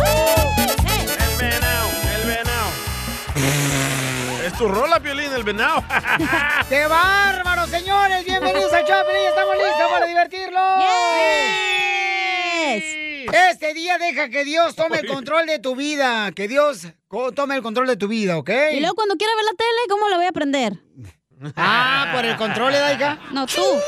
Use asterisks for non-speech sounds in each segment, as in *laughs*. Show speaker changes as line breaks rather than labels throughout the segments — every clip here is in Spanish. El venado, el venado. Es tu rola, Piolín, el venado.
¡Qué bárbaro, señores! ¡Bienvenidos a Chaplin! ¡Estamos listos para divertirlos! Este día deja que Dios tome el control de tu vida. Que Dios co- tome el control de tu vida, ¿ok?
Y luego cuando quiera ver la tele, ¿cómo la voy a prender?
Ah, por el control, ¿eh, hija?
No, tú.
Chido,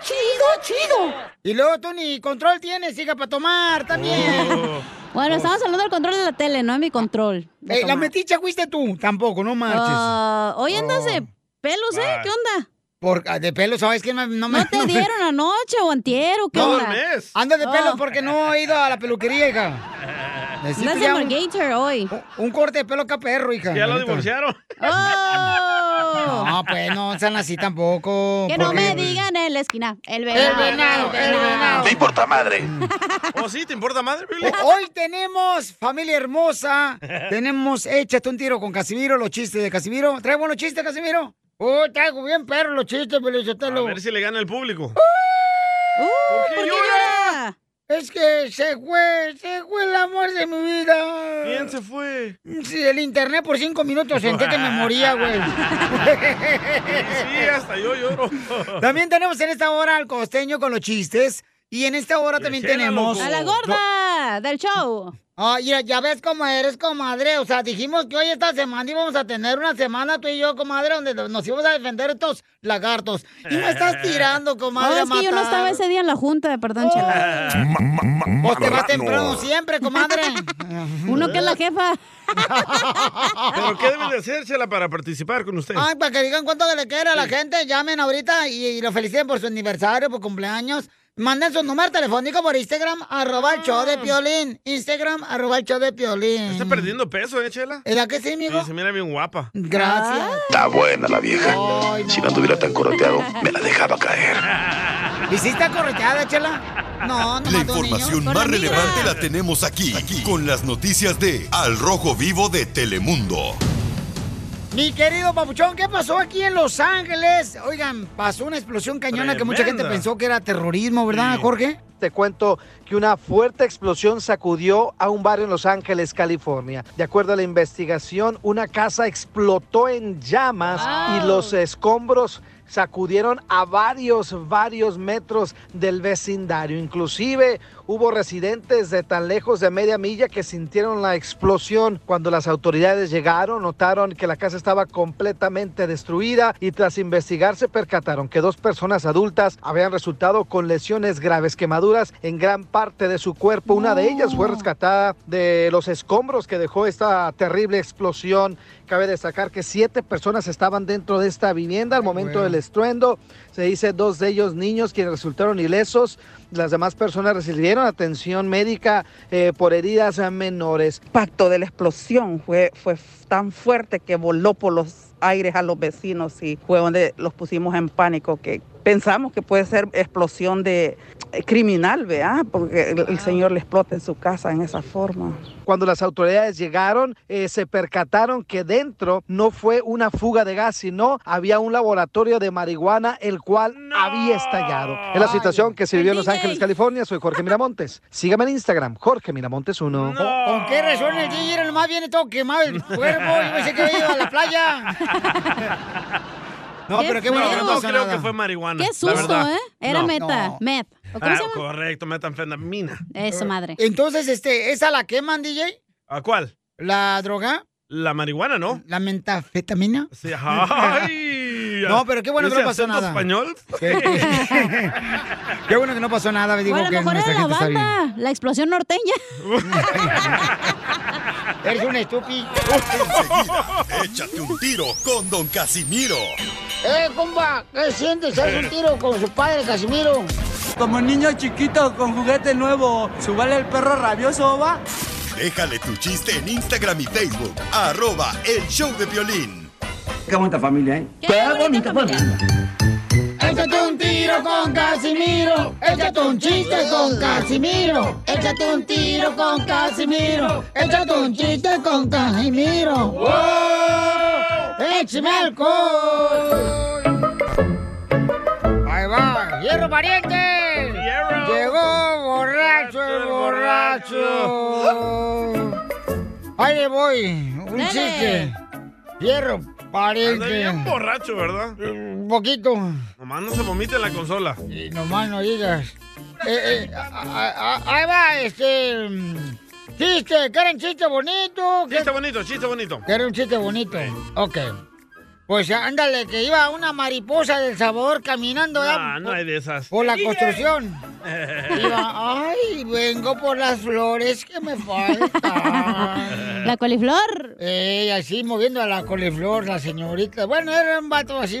chido, chido. Y luego tú ni control tienes, hija, para tomar también.
Bueno, estamos hablando del control de la tele, no de mi control.
Eh, la meticha fuiste tú, tampoco, no Oh. marches.
Ah, hoy andas de pelos, ¿eh?
Bye.
¿Qué
*laughs*
onda?
Por, ah, de pelo, ¿sabes qué? *laughs* No, me-
¿No te dieron anoche o antier o qué
No,
onda?
Ando de pelo
Oh.
porque no he ido a la peluquería, hija. Necesito
Andas de
ya un-
Margator hoy.
Un corte de pelo caperro, hija.
Ya
la
lo
neta.
divorciaron.
¡Oh!
No, pues no sean así tampoco.
Que no
porque- pues,
me digan en la esquina. El venado. El
venado, el venado.
No importa madre.
mm.
¿O Oh, sí? ¿Te importa madre, Piolín?
O- *laughs* Hoy tenemos
*laughs*
familia hermosa. Tenemos échate un tiro con Casimiro, los chistes de Casimiro. ¿Trae buenos chistes, Casimiro? Oh, traigo bien perro los chistes, pero yo te
A ver si le gana el público.
¿Por qué llora?
Es que se fue, se fue el amor de mi vida.
¿Quién se fue?
Sí, el internet por cinco minutos
*laughs*
senté que me moría, güey.
Sí, hasta yo lloro.
*laughs* También tenemos en esta hora al costeño con los chistes. Y en esta hora también
Chela,
tenemos.
loco.
A la gorda del show.
Ah, mira, ya ves cómo eres, comadre. O sea, dijimos que hoy esta semana íbamos a tener una semana tú y yo, comadre, donde nos íbamos a defender estos lagartos. Y me estás tirando, comadre.
Oh,
a
es que yo no
matar.
estaba ese día en la junta, perdón, chala.
Pues te vas temprano siempre, comadre.
*laughs* Uno que es la jefa.
¿Pero qué deben de hacer, Chela, para participar con usted?
Ay, para que digan cuánto le quiere a la gente, llamen ahorita y, y lo feliciten por su aniversario, por cumpleaños. Manden su número telefónico por Instagram, arroba el show de Piolín. Instagram, arroba el show de Piolín.
Está Ah. perdiendo peso, ¿eh, Chela?
¿Era que sí, amigo?
Sí, se mira bien guapa.
Gracias.
Ah.
Está Ah, buena la vieja. Si no anduviera tan coroteado, me la dejaba caer.
¿Y si está correteada, chela? No, no
La
mató a un niño.
información más relevante la tenemos aquí, aquí, con las noticias de Al Rojo Vivo de Telemundo.
Mi querido Papuchón, ¿qué pasó aquí en Los Ángeles? Oigan, pasó una explosión cañona que mucha gente
Tremenda.
pensó que era terrorismo, ¿verdad, Jorge?
Te cuento que una fuerte explosión sacudió a un barrio en Los Ángeles, California. De acuerdo a la investigación, una casa explotó en llamas y los escombros sacudieron a varios, varios metros del vecindario. Inclusive hubo residentes de tan lejos de media milla que sintieron la explosión. Cuando las autoridades llegaron, notaron que la casa estaba completamente destruida y tras investigar se percataron que dos personas adultas habían resultado con lesiones graves, quemaduras en gran parte de su cuerpo. Una de ellas fue rescatada de los escombros que dejó esta terrible explosión. Cabe destacar que siete personas estaban dentro de esta vivienda al momento
bueno.
del estruendo. Se dice dos de ellos niños quienes resultaron ilesos. Las demás personas recibieron atención médica eh, por heridas eh, menores.
impacto de la explosión fue, fue tan fuerte que voló por los aires a los vecinos y fue donde los pusimos en pánico que pensamos que puede ser explosión de eh, criminal, ¿verdad? Porque el, el señor le explota en su casa en esa forma.
Cuando las autoridades llegaron, eh, se percataron que dentro no fue una fuga de gas, sino había un laboratorio de marihuana, el cual había estallado. Es la situación que se vivió en Los
El
Ángeles,
DJ.
California. Soy Jorge Miramontes. Sígame en Instagram, Jorge Miramontes 1.
¿Con- ¿Con qué razón el DJ era nomás viene todo quemado el cuerpo? Yo pensé que había ido a la playa. No,
Qué
pero qué
feo.
bueno
No, no,
que *laughs* no pasó
creo
nada.
que fue marihuana.
Qué
la
susto,
verdad.
¿eh? Era
No.
meta,
No.
meth. cómo
Ah,
se llama?
correcto, metanfetamina.
Eso, madre.
Entonces, este, ¿esa la queman, DJ?
¿A cuál?
¿La droga?
La marihuana, ¿no?
¿La mentafetamina?
Sí, ajá. Ay,
No, pero qué bueno
¿ese
que no pasó
acento
nada.
español?
*laughs* Qué bueno que no pasó nada, digo
O a lo
que
mejor
nuestra
era la
gente está bien.
banda, la explosión norteña.
*laughs* Eres un estúpido.
Échate un tiro con Don Casimiro.
¡Eh, compa! ¿Qué sientes? ¿Haz un tiro con su padre, Casimiro?
Como niño chiquito con juguete nuevo, subale el perro rabioso, va.
Déjale tu chiste en Instagram y Facebook. Arroba el show de violín.
Qué bonita familia, ¿eh?
¡Qué bonita familia! Échate un tiro con Casimiro. Échate un chiste con Casimiro. Échate un tiro con Casimiro. Échate un chiste con Casimiro. ¡Wow! ¡Échame alcohol! Ahí va, hierro pariente. Llegó borracho el borracho. Ahí le voy, un
Dale.
chiste. Hierro
Anda
pariente.
bien borracho, ¿verdad?
Un poquito.
Nomás no se vomite en la consola.
Y nomás no digas. Eh, eh, a- a- a- ahí va, este. mm, Chiste, ¿quieren chiste bonito?
Chiste bonito, chiste bonito.
¿Quieren un chiste bonito? Ok. Pues ándale, que iba una mariposa del sabor caminando
Ah,
¿verdad?
no hay de esas.
por la
*laughs*
construcción. Iba, ay, vengo por las flores que me faltan.
*laughs* ¿La coliflor?
Eh, así moviendo a la coliflor, la señorita. Bueno, era un vato así,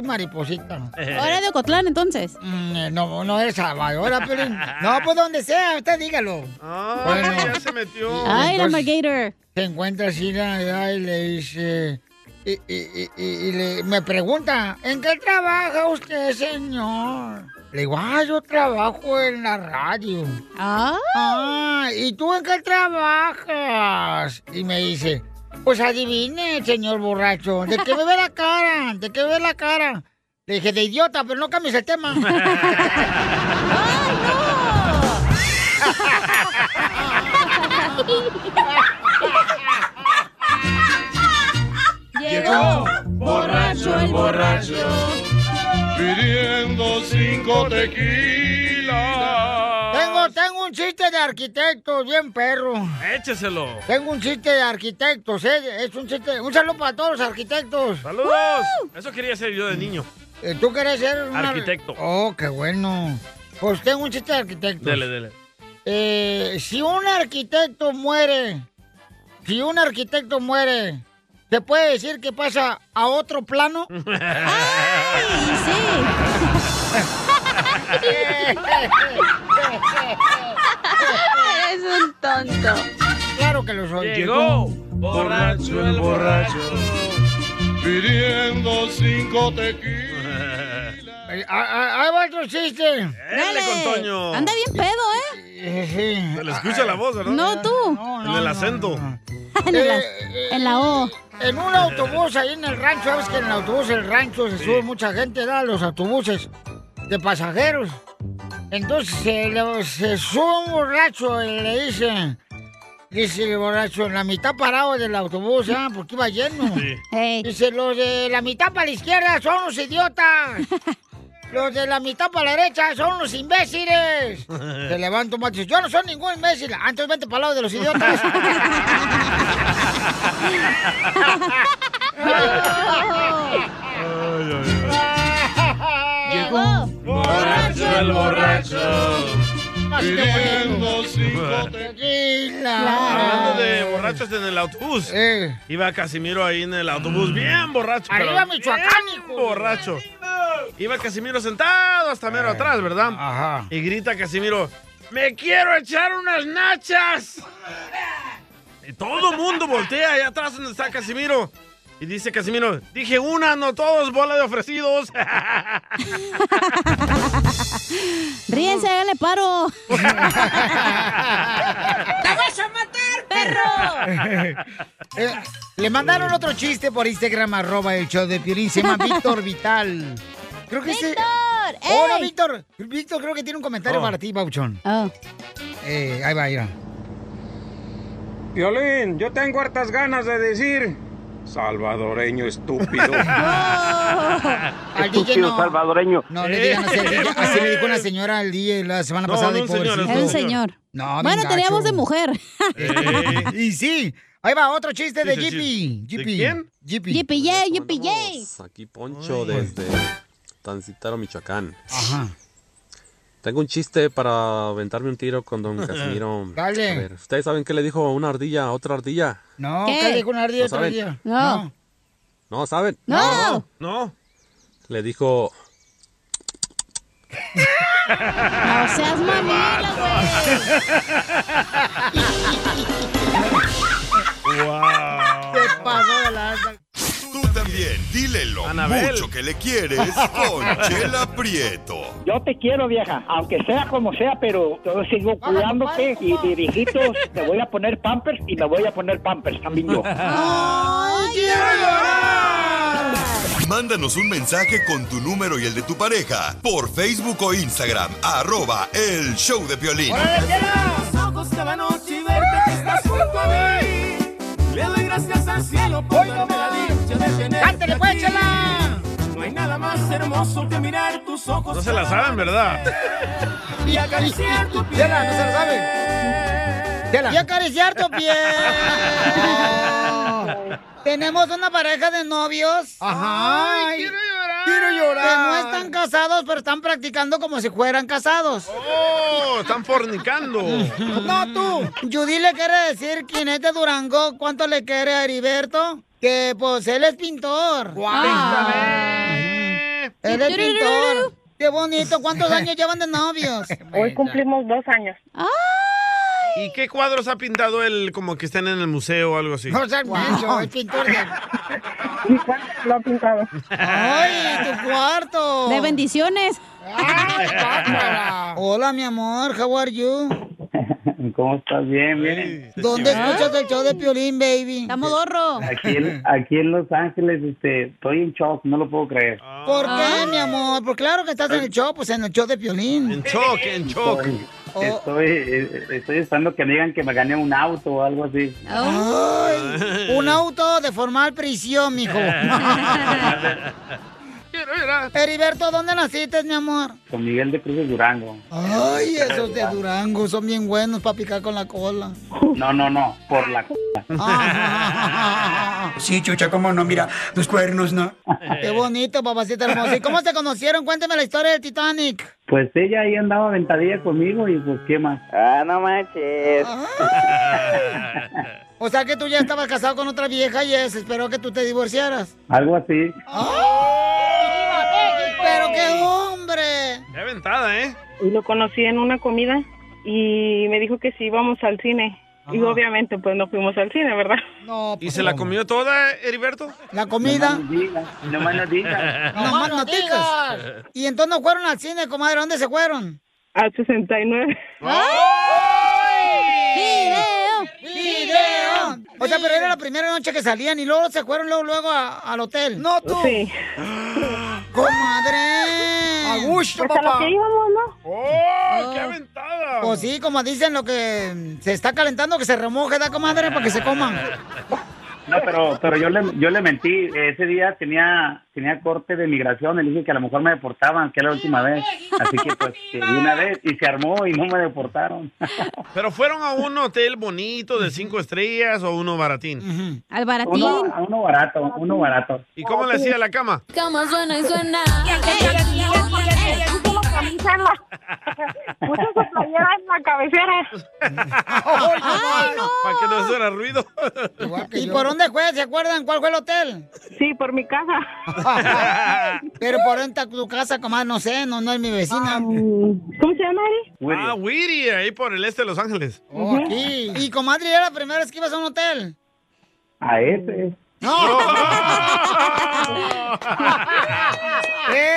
*laughs*
mariposita. Mm, eh,
Ahora de Ocotlán, entonces.
no, no eres Salvador, Piolín. No, pues donde sea, usted dígalo.
Ah, ya se metió. Pues,
Ay, la
Entonces,
Margator.
Se encuentra así la edad y le dice... Y, y- y- y le- me pregunta, ¿en qué trabaja usted, señor? Le digo, ah, yo trabajo en la radio.
Ah.
¿y tú en qué trabajas? Y me dice, pues adivine, señor borracho, ¿de qué me ve la cara? ¿De qué ve la cara? Le dije, de idiota, pero no cambies el tema.
Llegó borracho el borracho pidiendo cinco tequilas.
Tengo, tengo un chiste de arquitectos, bien perro.
Écheselo.
Tengo un chiste de arquitectos, ¿eh? Es un chiste. Un saludo para todos los arquitectos.
¡Saludos! Eso quería ser yo de niño.
Eh, ¿Tú quieres ser un
Arquitecto.
Oh, qué bueno. Pues tengo un chiste de arquitectos.
Dele, dele.
Eh, si un arquitecto muere, si un arquitecto muere, ¿se puede decir que pasa a
*laughs*
otro plano? *laughs*
*laughs*
Eres
un tonto.
Claro que lo soy.
Llegó borracho el borracho pidiendo cinco
Eh, ah, ah, Ahí va otro chiste.
Dale con Toño.
Anda bien pedo, ¿eh?
Se
le escucha la voz, ¿verdad?
No, tú.
En el acento.
En el ac-
*laughs* en la O. En un autobús ahí en el rancho, sabes que en el autobús el rancho se sube mucha gente, da los autobuses de pasajeros. Entonces se, le- se sube un borracho y le dice, dice el borracho, en la mitad parado del autobús, ah, porque iba lleno. Dice, los de la mitad para la izquierda son unos *laughs* idiotas. Los de la mitad para la derecha son unos imbéciles. Se levanta un macho. y dice, Yo no soy ningún imbécil. Antes vente para el lado de
*laughs*
los idiotas.
Llegó ah. borracho el borracho
pidiendo
Eh.
cinco
*laughs*
Hablando de borrachos en el autobús.
Eh.
Iba Casimiro ahí en el
Mm.
autobús, bien borracho. pero
Arriba Michoacán,
bien
hijo.
Borracho. Iba Casimiro sentado hasta mero atrás, ¿verdad?
Eh, Ajá.
Y grita Casimiro, ¡me quiero echar unas nachas! y todo el mundo voltea allá atrás donde está Casimiro. Y dice Casimiro, dije una, no todos, bola de ofrecidos.
Ríense, hágale
*laughs*
paro.
¡La vas a matar, *laughs* perro! Eh, le mandaron otro chiste por Instagram, arroba el show de Piolín. Se llama Víctor Vital. Creo que ¡Víctor! ¡Hola,
ey!
Víctor! Víctor, creo que tiene un comentario
Oh.
para ti, Bauchón.
Oh.
Eh, ahí va, mira.
Violín, yo tengo hartas ganas de decir
Salvadoreño
*laughs*
estúpido.
Al DJ
estúpido
no.
salvadoreño.
No le digan así, al DJ. Así me dijo una señora el día la semana
No,
pasada.
no,
y
un señor,
pobrecito.
es un Era un señor. señor.
No,
Bueno,
bien
tenía
gacho.
voz de mujer.
Pues
y sí. Ahí va otro chiste de
Sí, sí, sí.
Jippy.
¿De
Jippy.
quién?
Jippy.
Yipi yay, yipi yay.
Aquí Poncho desde Tancítaro, Michoacán. Tengo un chiste para aventarme un tiro con don Casimiro.
Dale.
A ver, ¿ustedes saben qué le dijo una ardilla a otra ardilla?
No, ¿Qué? dijo una ardilla
¿Lo
otro
saben?
día?
No.
¿No saben?
No.
No. Le dijo...
No seas mamila,
¡Wow!
Se pasó de lanza.
Tú también, dile lo
Anabel.
mucho que le quieres
*laughs*
con Chela Prieto.
Yo te quiero, vieja, aunque sea como sea, pero yo sigo cuidándote y de viejitos te voy a poner pampers y me voy a poner pampers también yo.
*laughs* Mándanos un mensaje con tu número y el de tu pareja por Facebook o Instagram, arroba el show de violín.
Los ojos que van noche y verte que estás junto a mí. Le doy gracias al cielo por darme la dicha de tener. ¡Cántale, pues, No hay nada más hermoso que mirar tus ojos.
No se la saben, ¿verdad?
Y acariciar tu piel.
Chela, no se la
saben.
Y acariciar tu *laughs* piel. Tenemos una pareja de novios. Ajá.
Ay,
quiero llorar. Quiero llorar. Que no están casados, pero están practicando como si fueran casados.
¡Oh! Están fornicando.
No, tú. Judy le quiere decir quién es de Durango, cuánto le quiere a Heriberto, que pues él es pintor. Ujú. Él es pintor. Qué bonito. *laughs* ¿Cuántos años llevan de novios? Ah. Hoy cumplimos dos años.
¿Y qué cuadros ha pintado él como que están en el museo o algo así?
No seas
*laughs*
menso, es pintor de...
Mi cuarto lo ha pintado.
¡Ay, tu cuarto!
De
*laughs*
bendiciones.
Hola, mi amor, how are you?
*laughs* ¿Cómo estás? Bien, bien. Ah.
¿Dónde escuchas el show de Piolín, baby? Estamos dorro.
Aquí
*laughs*
en, aquí en Los Ángeles, este, estoy en shock, no lo puedo creer.
Ah,
¿Por qué, mi amor? Pues claro que estás en el show, pues en el show de Piolín. Oh. En
shock, en
Estoy, estoy, eh, estoy esperando que me digan que me gané un auto o algo así. Oh.
Ay, un auto de formal
*laughs*
prisión, mijo. Heriberto, ¿dónde naciste, mi amor?
Con Miguel de Cruz de Durango.
Ay, esos de Durango son bien buenos para picar con la
*laughs*
cola.
No, no, no, por la...
Ah.
Sí, chucha, cómo no, mira, tus cuernos, ¿no?
Qué bonito, papacita hermosa. ¿Y cómo se conocieron? Cuénteme la historia del Titanic.
Pues ella ahí andaba ventadilla conmigo y pues, ¿qué más? Ah, no manches.
*laughs* O sea que tú ya estabas casado con otra vieja y es, esperó que tú te divorciaras. Ah,
Algo así.
Pero qué hombre.
Qué aventada, ¿eh?
Y lo conocí en una comida y me dijo que sí íbamos al cine. Y obviamente pues no fuimos al cine, ¿verdad?
No,
¿Y se la comió toda, Heriberto?
La comida.
No me lo digas.
No más noticas. Y entonces no fueron al cine, comadre. ¿Dónde se fueron?
Al 69.
¡Video! ¡Video! O sea, pero era la primera noche que salían y luego se fueron luego, luego a- al hotel. No, tú.
Sí.
¡Comadre! A gusto,
Pues a lo
papá.
que íbamos, ¿no?
¡Oh, qué aventada!
Pues sí, como dicen lo que se está calentando, que se remoje, da comadre, para que se
*laughs*
coman.
No, pero, pero yo, le, yo le mentí. Ese día tenía, tenía corte de migración. Le dije que a lo mejor me deportaban, que era la última vez. Así que pues que de una vez y se armó y no me deportaron.
Pero fueron a un hotel bonito de cinco estrellas o uno baratín.
Al
Uno,
baratín.
a uno barato, uno barato.
¿Y cómo le hacía la
*laughs*
cama?
Cama suena y suena.
Puso su playera en la cabecera.
*laughs*
¡Ay, no! *laughs* Para que no hiciera ruido.
¿Y por dónde fue? ¿Se acuerdan cuál fue el hotel?
Sí, por mi
casa. *laughs* Pero por dónde está tu casa, comadre, no sé, no, no es mi vecina.
¿Cómo se llama, Eri?
Ah, Wiri, ahí por el este de Los Ángeles.
Oh, aquí. Y comadre, ¿era la primera vez que ibas a un hotel?
A ese.
*laughs*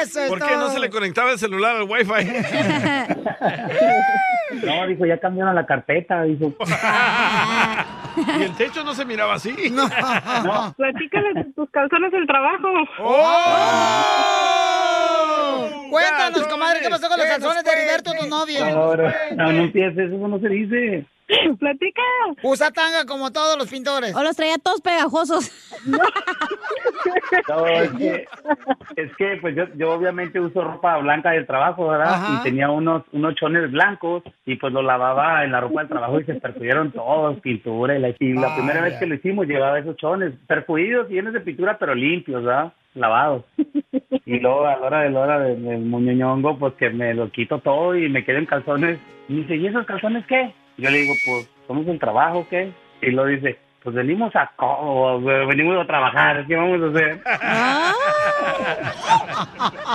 Eso es
¿Por qué no
todo.
se le conectaba el celular al
*laughs*
Wi-Fi?
*laughs* No, dijo, ya cambiaron la carpeta.
*laughs*
Dijo,
y el techo no se miraba así.
*laughs*
Platícale de tus calzones del trabajo.
¡Oh!
Cuéntanos, comadre, ¿qué pasó con los calzones de Heriberto, tu novio?
pues, no, no, no empieces, eso no se dice.
Platica. Usa tanga como todos los pintores.
O los traía todos
*laughs*
pegajosos.
No, es que, es que pues yo, yo obviamente uso ropa blanca del trabajo, ¿verdad? Y
Ajá.
tenía unos, unos chones blancos y pues los lavaba en la ropa del trabajo y se percudieron todos, pintura y la, y
Ah,
la primera vez que lo hicimos llevaba esos chones percudidos, llenos de pintura, pero limpios, ¿verdad? Lavados. Y luego a la hora de la hora del del muñoñongo, pues que me lo quito todo y me quedo en calzones. Y me dice, ¿y esos calzones qué? Yo le digo, pues, somos del trabajo, ¿qué? Y lo dice, pues venimos a co- venimos a trabajar, ¿qué vamos a hacer?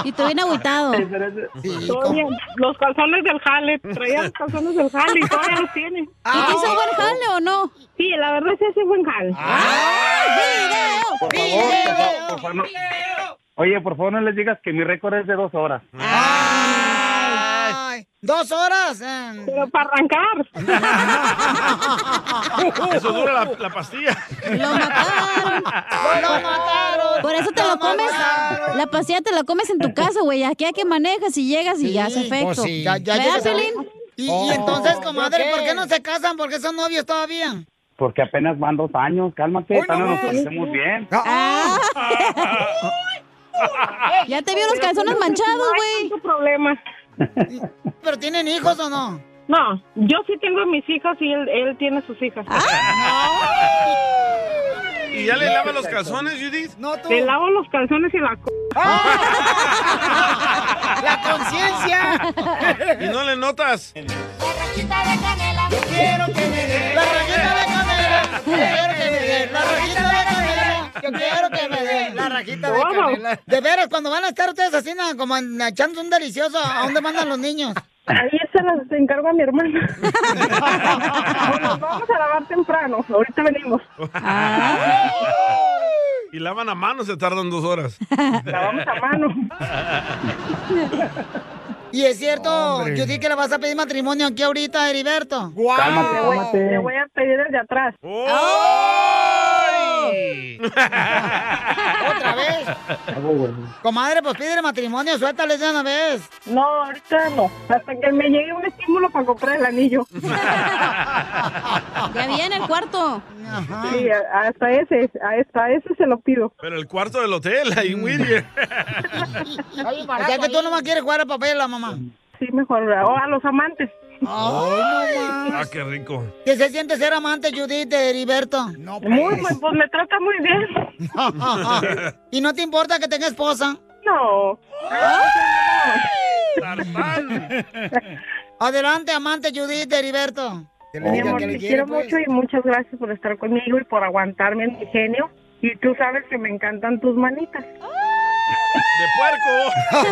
Y tú bien agüitado.
Todavía los calzones del jale, traía los calzones del jale y Ah, todavía los tiene. ¿Y
Ah,
hizo buen jale o no?
Sí, la verdad sí hace buen jale.
Por favor, por favor, por favor, no- Oye, por favor, no les digas que mi récord es de dos horas.
Dos horas. Pero
para
arrancar.
*laughs* Eso dura la, la pastilla.
Lo mataron. Por eso te lo comes. La pastilla te la comes en tu casa, güey. Aquí a que manejas y llegas y ya hace efecto.
pues sí. Ya- ya
¿Verdad,
llegas a-
Piolín?
Y,
Oh.
y entonces,
¿Por
comadre,
qué?
¿por qué no se casan? Porque son novios todavía.
Porque apenas van dos años, cálmate,
Uy, no
todavía no nos
más.
conocemos bien.
Ya te vio los calzones manchados,
güey. No pues, hay problema.
¿Pero tienen hijos o no?
No, yo sí tengo mis hijas y él, él tiene sus hijas.
¿Y ya le lava los calzones, Judith?
No, tú.
Le lavo los calzones y la... co-
¡La conciencia!
¿Y no le notas?
Yo quiero que me dé.
La rajita de canela. Yo quiero que me dé. La rajita de canela. Yo quiero que me dé. La rajita de
¿Cómo?
canela. De veras, cuando van a estar ustedes así, na- como en- echando un delicioso, ¿a dónde mandan los niños?
Ahí se las encargo a mi hermana. *laughs* Nos vamos a lavar temprano. Ahorita venimos.
Ah.
Y lavan a mano, se tardan dos horas.
Lavamos a mano.
Y es cierto,
Hombre.
yo dije que le vas a pedir matrimonio aquí ahorita, Heriberto.
Cálmate, cálmate. Le voy a pedir desde atrás.
¿Otra vez?
*laughs*
Comadre, pues pídele matrimonio, suéltale de una vez.
No, ahorita no. Hasta que me llegue un estímulo para comprar el anillo.
Ya viene el cuarto.
Sí, a- hasta ese, a- hasta ese se lo pido.
Pero el cuarto del hotel, ahí, Whittier.
O sea que tú nomás quieres jugar a papel a la mamá.
Sí, mejor. O a los amantes.
Ay, no más.
Ah, qué rico.
¿Qué se siente ser amante, Judith, de Heriberto? No,
Muy, pues, pues, me trata muy
bien. *laughs* ¿Y no te importa que tenga esposa?
No.
*laughs* Adelante, amante Judith de Heriberto.
Mi amor, Oh, te quiero
pues.
pues.
mucho y muchas gracias por estar conmigo y por aguantarme en mi genio. Y tú sabes que me encantan tus manitas.
¡De puerco!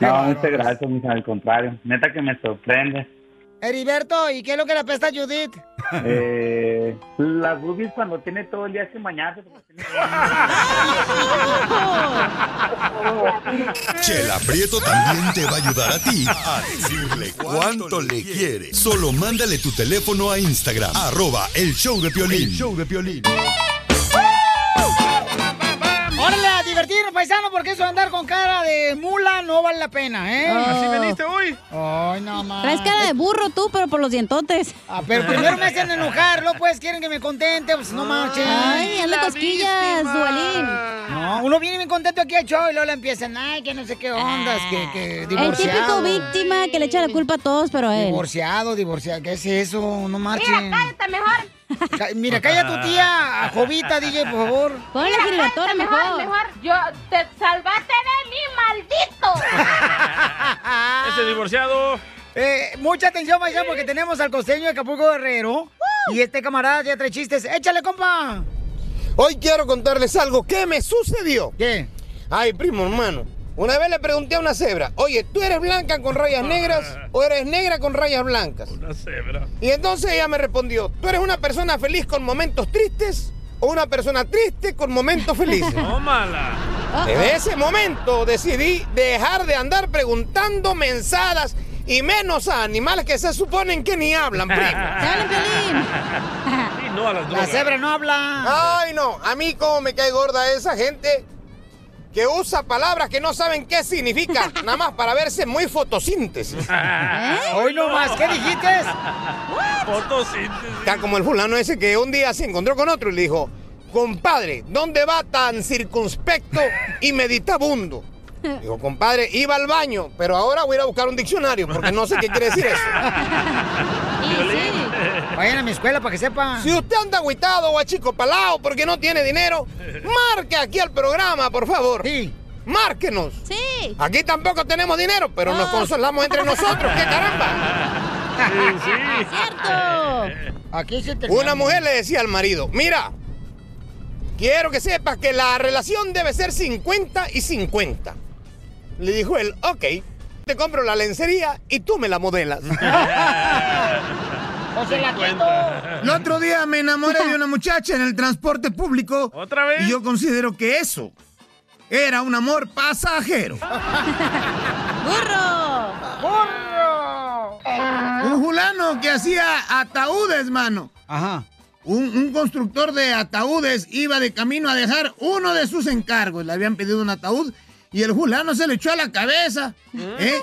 No, muchas gracias, mija, al contrario. Neta que me sorprende.
Heriberto, ¿y qué es lo que le apesta a Judith? *laughs*
Eh, las boobies cuando tiene todo el día sin bañarse.
Chela Prieto también te va a ayudar a ti a decirle cuánto le quiere. Solo mándale tu teléfono a Instagram, arroba el show de Piolín.
El
show de Piolín.
Órale, a divertirnos, paisano, porque eso de andar con cara de mula no vale la pena, ¿eh?
Así veniste
hoy.
Ay, no más.
Traes cara de burro tú, pero por los dientotes.
Ah, Pero primero me hacen enojar, luego pues quieren que me contente, pues no marchen.
Ay, hazle
la
cosquillas,
víctima.
Dualín.
No, uno viene bien contento aquí al show y luego le empiezan, ay, que no sé qué ondas, que, que
Ah. El típico
divorciado.
víctima que le echa la culpa a todos, pero a él.
Divorciado, divorciado, ¿qué es eso? No marchen.
cállate mejor.
Ca- Mira, calla a tu tía, a Jovita, DJ, por favor.
Ponle giratoria mejor.
Yo te salvaste de mí, maldito.
Ese divorciado.
Ah. Eh, mucha atención, paisano, porque tenemos al costeño de Acapulco Guerrero. Y este camarada ya trae chistes. ¡Échale, compa!
Hoy quiero contarles algo que me sucedió.
¿Qué?
Ay, primo hermano. Una vez le pregunté a una cebra, oye, ¿tú eres blanca con rayas negras o eres negra con rayas blancas?
Una cebra.
Y entonces ella me respondió, ¿tú eres una persona feliz con momentos tristes o una persona triste con momentos felices?
Tómala.
Desde ese momento decidí dejar de andar preguntando mensadas y menos a animales que se suponen que ni
*laughs*
hablan, primo.
Sí, no a las drogas.
no habla.
Ay, no. A mí como me cae gorda esa gente
que usa palabras que no saben qué
*laughs*
significan, nada más para verse muy fotosíntesis.
¿Eh? Hoy no más, ¿qué dijiste?
Fotosíntesis. Está como el fulano ese que un día se encontró con otro y le dijo, compadre, ¿dónde va tan circunspecto y meditabundo? Dijo, compadre, iba al baño, pero ahora voy a ir a buscar un diccionario porque no sé qué quiere decir
*laughs*
eso.
Vayan a mi escuela para que sepan.
Si usted anda agüitado o achicopalado porque no tiene dinero, marque aquí al programa, por favor. Sí. Márquenos.
Sí.
Aquí tampoco tenemos dinero, pero
Ah.
nos consolamos entre nosotros. ¡Qué caramba!
*laughs* Sí, sí. ¡Cierto! Aquí se termina.
Una mujer le decía al marido, mira, quiero que sepas que la relación debe ser 50 y 50. Le dijo él, ok, te compro la lencería y tú me la
*laughs*
modelas.
¡O se la quito!
El otro día me enamoré de una muchacha en el transporte público.
¿Otra vez?
Y yo considero que eso era un amor pasajero.
¡Burro!
¡Burro!
Un fulano que hacía ataúdes, mano. Ajá. Un, un constructor de ataúdes iba de camino a dejar uno de sus encargos. Le habían pedido un ataúd y el fulano se le echó a la cabeza. ¿eh?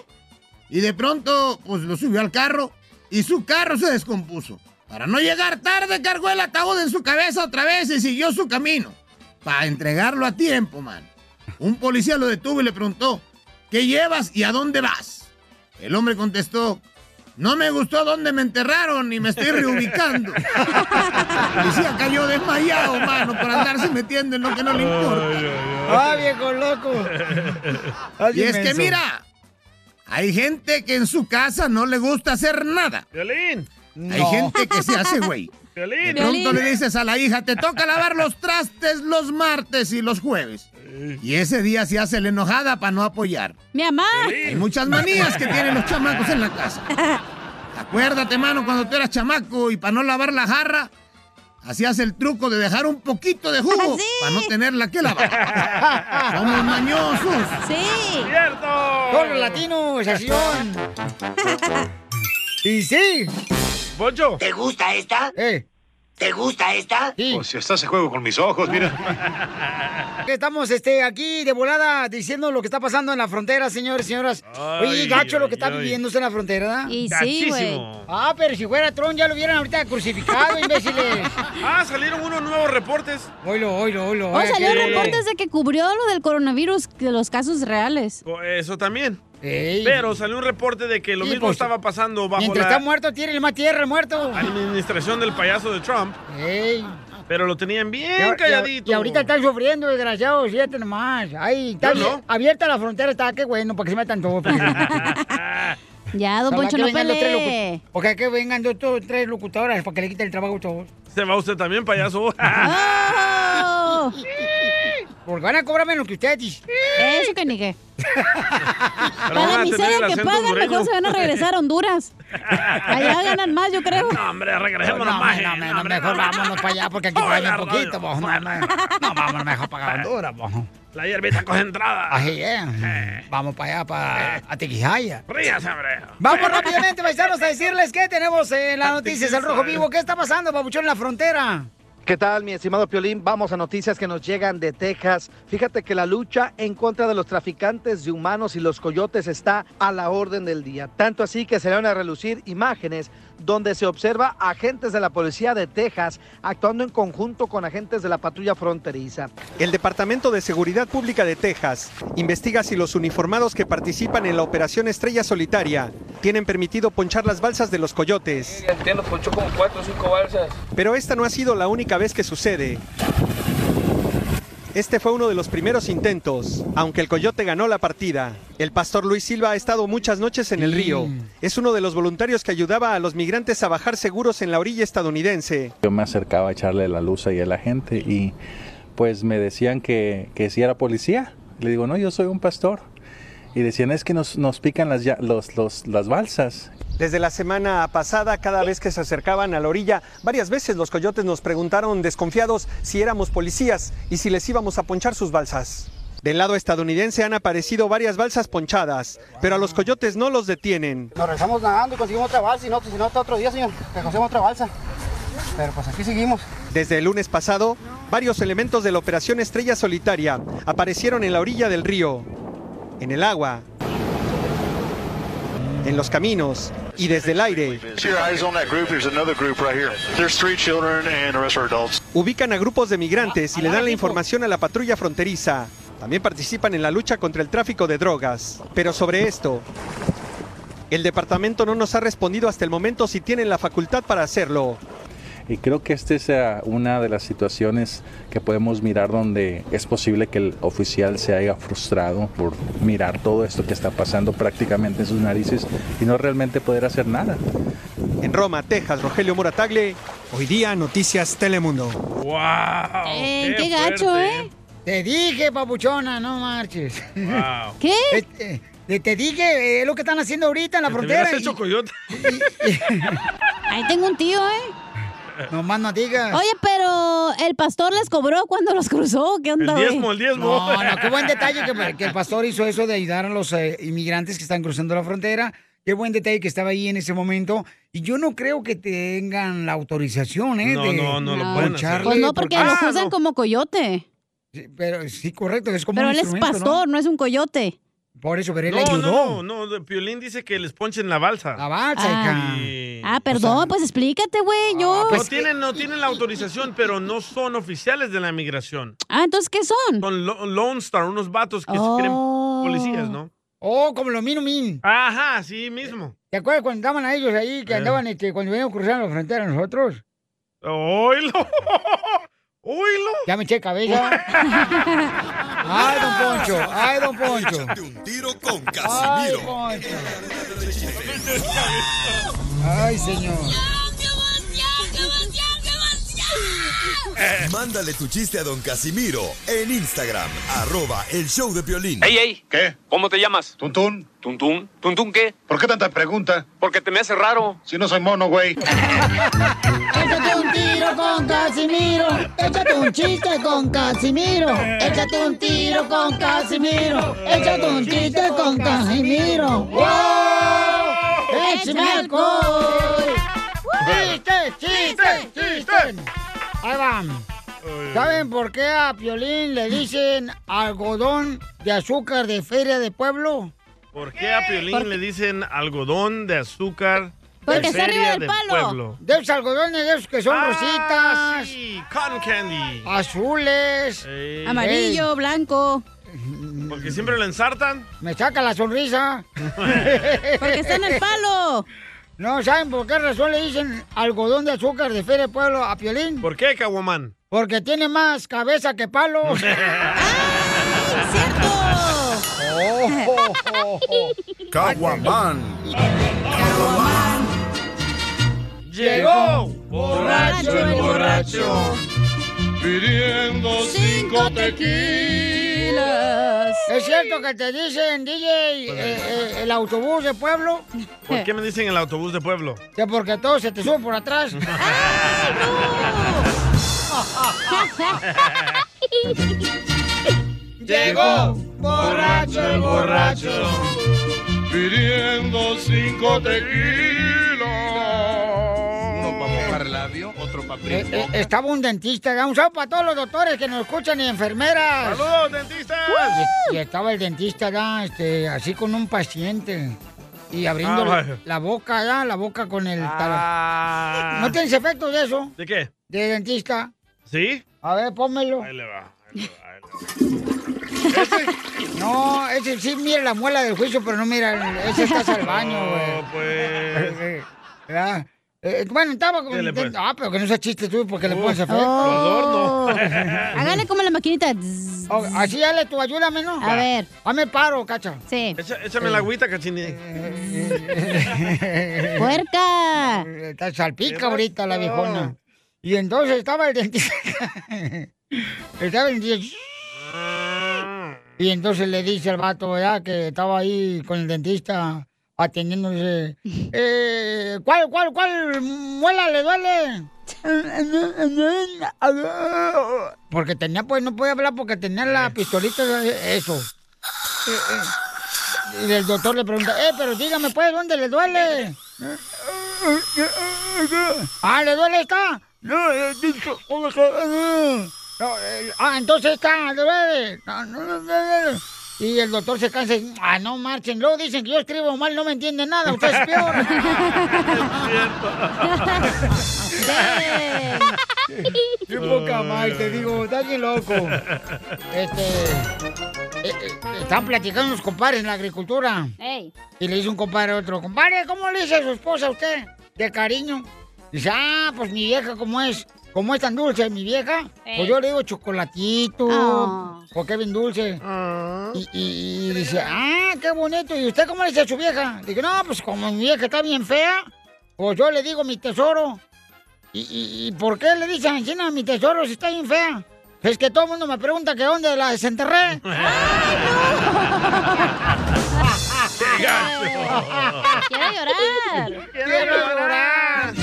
Y de pronto, pues lo subió al carro y su carro se descompuso. Para no llegar tarde, cargó el ataúd en su cabeza otra vez y siguió su camino. Para entregarlo a tiempo, man. Un policía lo detuvo y le preguntó, ¿qué llevas y a dónde vas? El hombre contestó, no me gustó dónde me enterraron y me estoy reubicando. El policía cayó desmayado, mano, por andarse metiendo en lo que no le importa.
¡Ah, viejo
*laughs*
loco! Ay,
Y es que
inmenso.
mira, hay gente que en su casa no le gusta hacer nada.
Violín.
Hay gente que se hace güey.
*laughs*
De
Violín.
pronto le dices a la hija, te toca lavar los trastes los martes y los jueves. Y ese día se hace la enojada para no apoyar.
¡Mi mamá!
Hay muchas manías que tienen los chamacos en
*laughs*
la casa. Acuérdate, mano, cuando tú eras chamaco y para no lavar la jarra, hacías el truco de dejar un poquito de
*laughs*
jugo
Sí.
para no tenerla que lavar. Somos mañosos.
¡Sí!
¡Cierto!
Todos los latinos,
*laughs*
así son. Y sí.
¡Poncho!
¿Te gusta esta?
Eh.
¿Te gusta esta?
Pues
si estás en juego con mis ojos, mira.
Que Estamos este, aquí de volada diciendo lo que está pasando en la frontera, señores y señoras.
Ay,
Oye, gacho lo que está
ay, ay.
viviéndose en la frontera. ¿verdad?
Y sí, güey. Gachísimo.
Ah, pero si fuera Tron ya lo hubieran ahorita
*laughs*
crucificado, imbéciles.
Ah, salieron unos nuevos reportes.
Oilo, oilo, oilo.
O Oh, salió
Sí.
reportes de que cubrió lo del coronavirus, de los casos reales.
O Eso también. Pero salió un reporte de que lo
Sí,
mismo
pues,
estaba pasando bajo
Mientras está
la
muerto, tiene más tierra el muerto.
administración del payaso de Trump.
Ey.
Pero lo tenían
Y
bien
ahor-
calladito.
Y ahorita están sufriendo, desgraciados, fíjate nomás. Ay, está
Yo no.
abierta la frontera, está, qué bueno, para que se metan todos. pues.
*laughs* Ya, don Poncho, no pelee.
O que vengan dos, dos, tres locutadoras para que le quiten el trabajo a todos.
Se va usted también, payaso. *laughs*
Ah.
Porque van a cobrar menos que ustedes. ¿Eh?
Eso que ni qué.
Pero
Para
van a tener
la
el
miseria que
acento
pagan,
hondureño.
mejor se van a regresar
*laughs*
a Honduras. Allá ganan más, yo creo.
No, hombre, regresemos
No,
nomás.
hombre, no,
eh,
hombre,
no, hombre,
mejor
no.
vámonos para allá porque aquí
Oye,
pagan
la
un poquito,
radio.
vos. No, no, no, vámonos mejor para Honduras, vos.
La hierbita coge entrada.
Así es. Vamos para allá, para Atiquijaya.
Rías, hombre.
Vamos rápidamente, paisanos, a decirles que tenemos en las noticias El Rojo Vivo. ¿Qué está pasando, babuchón, en la frontera?
¿Qué tal, mi estimado Piolín? Vamos a noticias que nos llegan de Texas. Fíjate que la lucha en contra de los traficantes de humanos y los coyotes está a la orden del día. Tanto así que se van a relucir imágenes donde se observa agentes de la policía de Texas actuando en conjunto con agentes de la patrulla fronteriza.
El Departamento de Seguridad Pública de Texas investiga si los uniformados que participan en la operación Estrella Solitaria tienen permitido ponchar las balsas de los coyotes.
Entiendo, ponchó como cuatro o cinco balsas.
Pero esta no ha sido la única vez que sucede. Este fue uno de los primeros intentos, aunque el coyote ganó la partida. El pastor Luis Silva ha estado muchas noches en el río. Es uno de los voluntarios que ayudaba a los migrantes a bajar seguros en la orilla estadounidense.
Yo me acercaba a echarle la luz ahí a la gente y pues me decían que, que si era policía. Le digo, no, yo soy un pastor. Y decían, es que nos, nos pican las, ya- los- los- las balsas.
Desde la semana pasada, cada vez que se acercaban a la orilla, varias veces los coyotes nos preguntaron desconfiados si éramos policías y si les íbamos a ponchar sus balsas. Del lado estadounidense han aparecido varias balsas ponchadas, pero a los coyotes no los detienen.
Nos regresamos nadando y conseguimos otra balsa, y no, si no, hasta otro día, señor, que conseguimos otra balsa. Pero pues aquí seguimos.
Desde el lunes pasado,
varios elementos de la Operación Estrella Solitaria aparecieron en la orilla del río, en el agua, en los caminos y desde el aire.
Keep your eyes on that group. There's another group right here. There's three children and the rest are adults.
Ubican a grupos de migrantes y le dan la información a la patrulla fronteriza. También participan en la lucha contra el tráfico de drogas. Pero sobre esto, el departamento no nos ha respondido hasta el momento si tienen la facultad para hacerlo.
Y creo que esta es eh, una de las situaciones que podemos mirar donde es posible que el oficial se haya frustrado por mirar todo esto que está pasando prácticamente en sus narices y no realmente poder hacer nada.
En Roma, Texas, Rogelio Moratagle, hoy día Noticias Telemundo.
¡Wow!
Eh,
qué gacho,
¿eh? Te dije, papuchona, no marches.
Wow.
¿Qué?
Te, eh, te dije, eh, es lo que están haciendo ahorita en la frontera.
hubieras hecho coyote.
Ahí tengo un tío, ¿eh?
*laughs* No más Ah, no digas.
Oye, pero el pastor les cobró cuando los cruzó. ¿Qué onda, güey?
No, no, qué buen detalle que, que el pastor hizo eso de ayudar a los eh, inmigrantes que están cruzando la frontera. Qué buen detalle que estaba ahí en ese momento. Y yo no creo que tengan la autorización, ¿eh?
No,
de
no, no lo pueden hacer.
*laughs*
poncharle,
Pues no, porque los
Ah,
usan
no.
como coyote.
Pero sí, correcto, es como
Pero
un
él es
instrumento,
pastor, no, es un coyote.
¿no? Por eso, pero él
No,
ayudó.
no, no, no, de- Piolín dice que les ponchen la balsa. La
balsa,
Ah. Ah, perdón, pues explícate,
Ah,
güey. Yo.
pues
no, tienen, no tienen la autorización, pero no son oficiales de la migración.
Ah, entonces, ¿qué son?
Son lo- Lone Star, unos vatos que
Oh.
se creen policías, ¿no?
Oh, como los Minu Min.
Ajá, sí mismo.
¿Te acuerdas cuando andaban a ellos ahí, que
Eh.
andaban este, cuando veníamos cruzando la frontera nosotros?
¡Oilo! ¡Oilo!
Ya me eché
*laughs*
cabeza. ¡Ay, don Poncho! ¡Ay, don Poncho!
un tiro con
¡Ay,
Casimiro.
Poncho! ¡Ay, señor!
Mándale tu chiste a don Casimiro en Instagram, arroba el show de violín.
¡Ey, ey! ¿Qué? ¿Cómo te llamas? Tuntún. ¿Tuntún? ¿Tuntún qué? ¿Por qué tanta pregunta? Porque te me hace raro. Si no soy mono, *laughs* güey.
Échate un tiro con Casimiro. Échate un chiste con Casimiro. Échate un tiro con Casimiro. Échate un chiste con Casimiro. ¡Wow! ¡Échame Oh, alcohol! ¡Chiste, chiste, chiste! Ahí van. ¿Saben por qué a Piolín le dicen algodón de azúcar de feria de pueblo?
¿Por qué a Piolín le dicen algodón de azúcar? de
Porque está
feria
arriba del
de
palo.
Pueblo?
De esos algodones, de esos que son
Ah,
rositas.
Sí, cotton candy.
Azules. eh,
Ey.
Amarillo, blanco.
Porque siempre lo ensartan.
Me saca la sonrisa.
*laughs* Porque está en el palo.
No, ¿saben por qué razón le dicen algodón de azúcar de Feria de Pueblo a Piolín?
¿Por qué, Caguamán?
Porque tiene más cabeza que palo.
*laughs*
*laughs* Oh,
*laughs*
Caguamán.
Llegó
borracho el borracho,
pidiendo cinco tequilas.
¿Es cierto que te dicen,
Pues,
DJ, eh, eh, el autobús de pueblo?
¿Por qué me dicen el autobús de pueblo?
Que porque todo se te sube por
*laughs*
atrás.
Llegó borracho el borracho, pidiendo cinco tequilas. Uno para mojar labio, otro para
Eh, eh, estaba un dentista, da un saludo para todos los doctores que nos escuchan y enfermeras.
¡Saludos, dentistas!
Y, y estaba el dentista, da, este, así con un paciente. Y abriendo
Ah,
la-
vaya. Ah.
la boca, da, la boca con el... tala- ¿No tienes efectos de eso?
¿De qué?
¿De dentista?
¿Sí?
A ver, pónmelo.
Ahí le va.
*laughs* No, ese sí mira la muela del juicio, pero no mira, el- ese está al baño, güey.
No, pues.
¿Verdad? Eh, bueno, estaba con...
Dele, pues.
Ah, pero que no se chiste tú porque le pones efecto.
Oh. Lo
*laughs* Háganle como la maquinita.
Oh, así dale tú, ayúdame, ¿no?
A ver.
Hazme paro, cacha.
Sí.
Echa- échame
Eh.
la agüita, cachini.
¡Puerca! Eh, Está salpica ahorita la viejona. Y entonces estaba el dentista. *laughs* estaba el dentista. Y entonces le dice al vato, ¿verdad? Que estaba ahí con el dentista
*laughs*
atendiéndose. Eh, ¿Cuál, cuál, cuál muela le duele? Porque tenía, pues, no podía hablar porque tenía la pistolita, eso. Eh, eh. Y el doctor le pregunta, eh, pero dígame pues, ¿dónde le duele? Ah, ¿le duele esta? No, No, eh, ah, entonces está, duele. No, no, no, no, no. Y el doctor se cansa y, ah, no marchen. Luego dicen que yo escribo mal, no me entienden nada, usted
*laughs*
es *laughs* peor. Qué poca madre, te digo, está bien loco. Este. eh, eh, Están platicando los compadres en la agricultura.
Ey.
Y le dice un compadre a otro, compadre, ¿cómo le dice a su esposa a usted? De cariño. Dice, ah, pues mi vieja, ¿cómo es? ¿Cómo es tan dulce mi vieja?
Ey.
Pues yo le digo chocolatito,
Ah.
porque es bien dulce. Y, y- y dice, ah, qué bonito. ¿Y usted cómo le dice a su vieja? Digo, no, pues como mi vieja está bien fea, pues yo le digo mi tesoro. ¿Y, y- y por qué le dice a Ancina mi tesoro si está bien fea? Es que todo el mundo me pregunta que dónde la *laughs* desenterré.
Quiero llorar. Quiero llorar.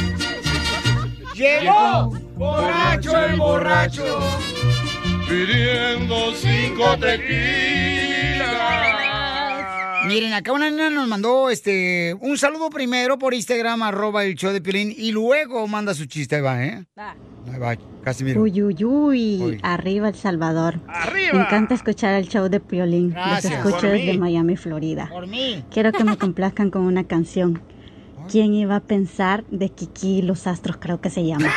Llegó borracho el borracho.
Pidiendo cinco tequilas.
*laughs* Miren, acá una nena nos mandó este un saludo primero por Instagram, arroba el show de Piolín, y luego manda su chiste, ahí va, ¿eh? Ahí va, Casimiro.
Uy, uy, uy, arriba El Salvador. Me encanta escuchar el show de Piolín.
Gracias.
Los escucho
Por mí.
desde Miami, Florida.
Por mí.
Quiero que me complazcan con una canción. ¿Quién iba a pensar de Kiki y los Astros? Creo que se llama.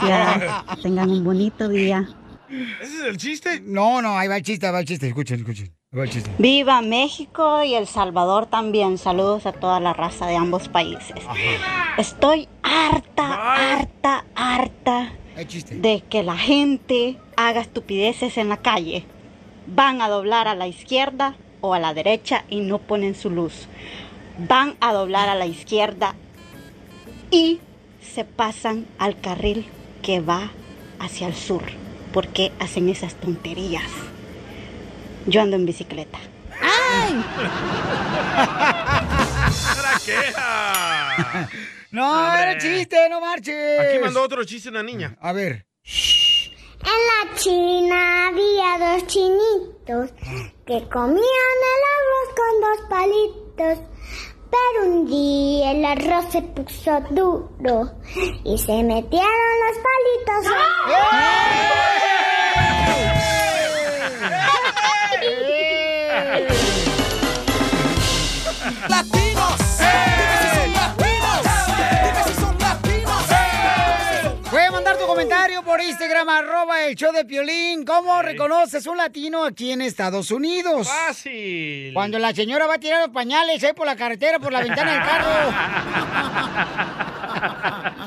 Gracias. Tengan un bonito día.
¿Ese es el chiste? No, no, ahí va el chiste, ahí va el chiste, escuchen, escuchen. Ahí va el chiste.
Viva México y El Salvador también. Saludos a toda la raza de ambos países. Estoy harta, harta, harta de que la gente haga estupideces en la calle. Van a doblar a la izquierda o a la derecha y no ponen su luz. Van a doblar a la izquierda y se pasan al carril que va hacia el sur. ¿Por qué hacen esas tonterías? Yo ando en bicicleta.
*laughs* No,
Hombre.
era chiste, no marches.
Aquí mandó otro chiste una niña.
eh, A ver.
En la China había dos chinitos que comían el arroz con dos palitos. Pero un día el arroz se puso duro y se metieron los palitos.
Latinos.
Puedes mandar tu comentario por Instagram, arroba el show de Piolín. ¿Cómo reconoces un latino aquí en Estados Unidos?
Fácil.
Cuando la señora va a tirar los pañales ahí por la carretera, por la ventana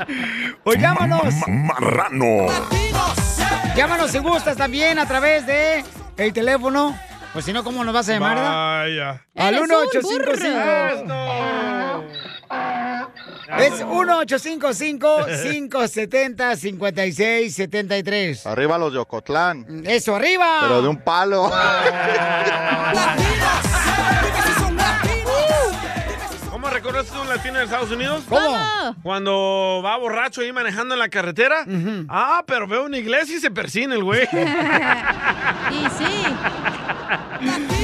del
*laughs*
carro. Oigámonos.
Marrano.
Llámanos si gustas también a través de el teléfono. Pues si no, ¿cómo nos vas a llamar? verdad?
Vaya.
Al
Eres un
1855. Es 1855-570-5673.
*laughs* Arriba los de Ocotlán.
Eso, arriba.
Pero de un
*laughs*
palo.
¿Cómo reconoces un latino en Estados Unidos?
¿Cómo?
Cuando va borracho ahí manejando en la carretera. Ah, pero veo una iglesia y se persina el
*laughs*
güey.
*laughs*
Y
*laughs*
sí.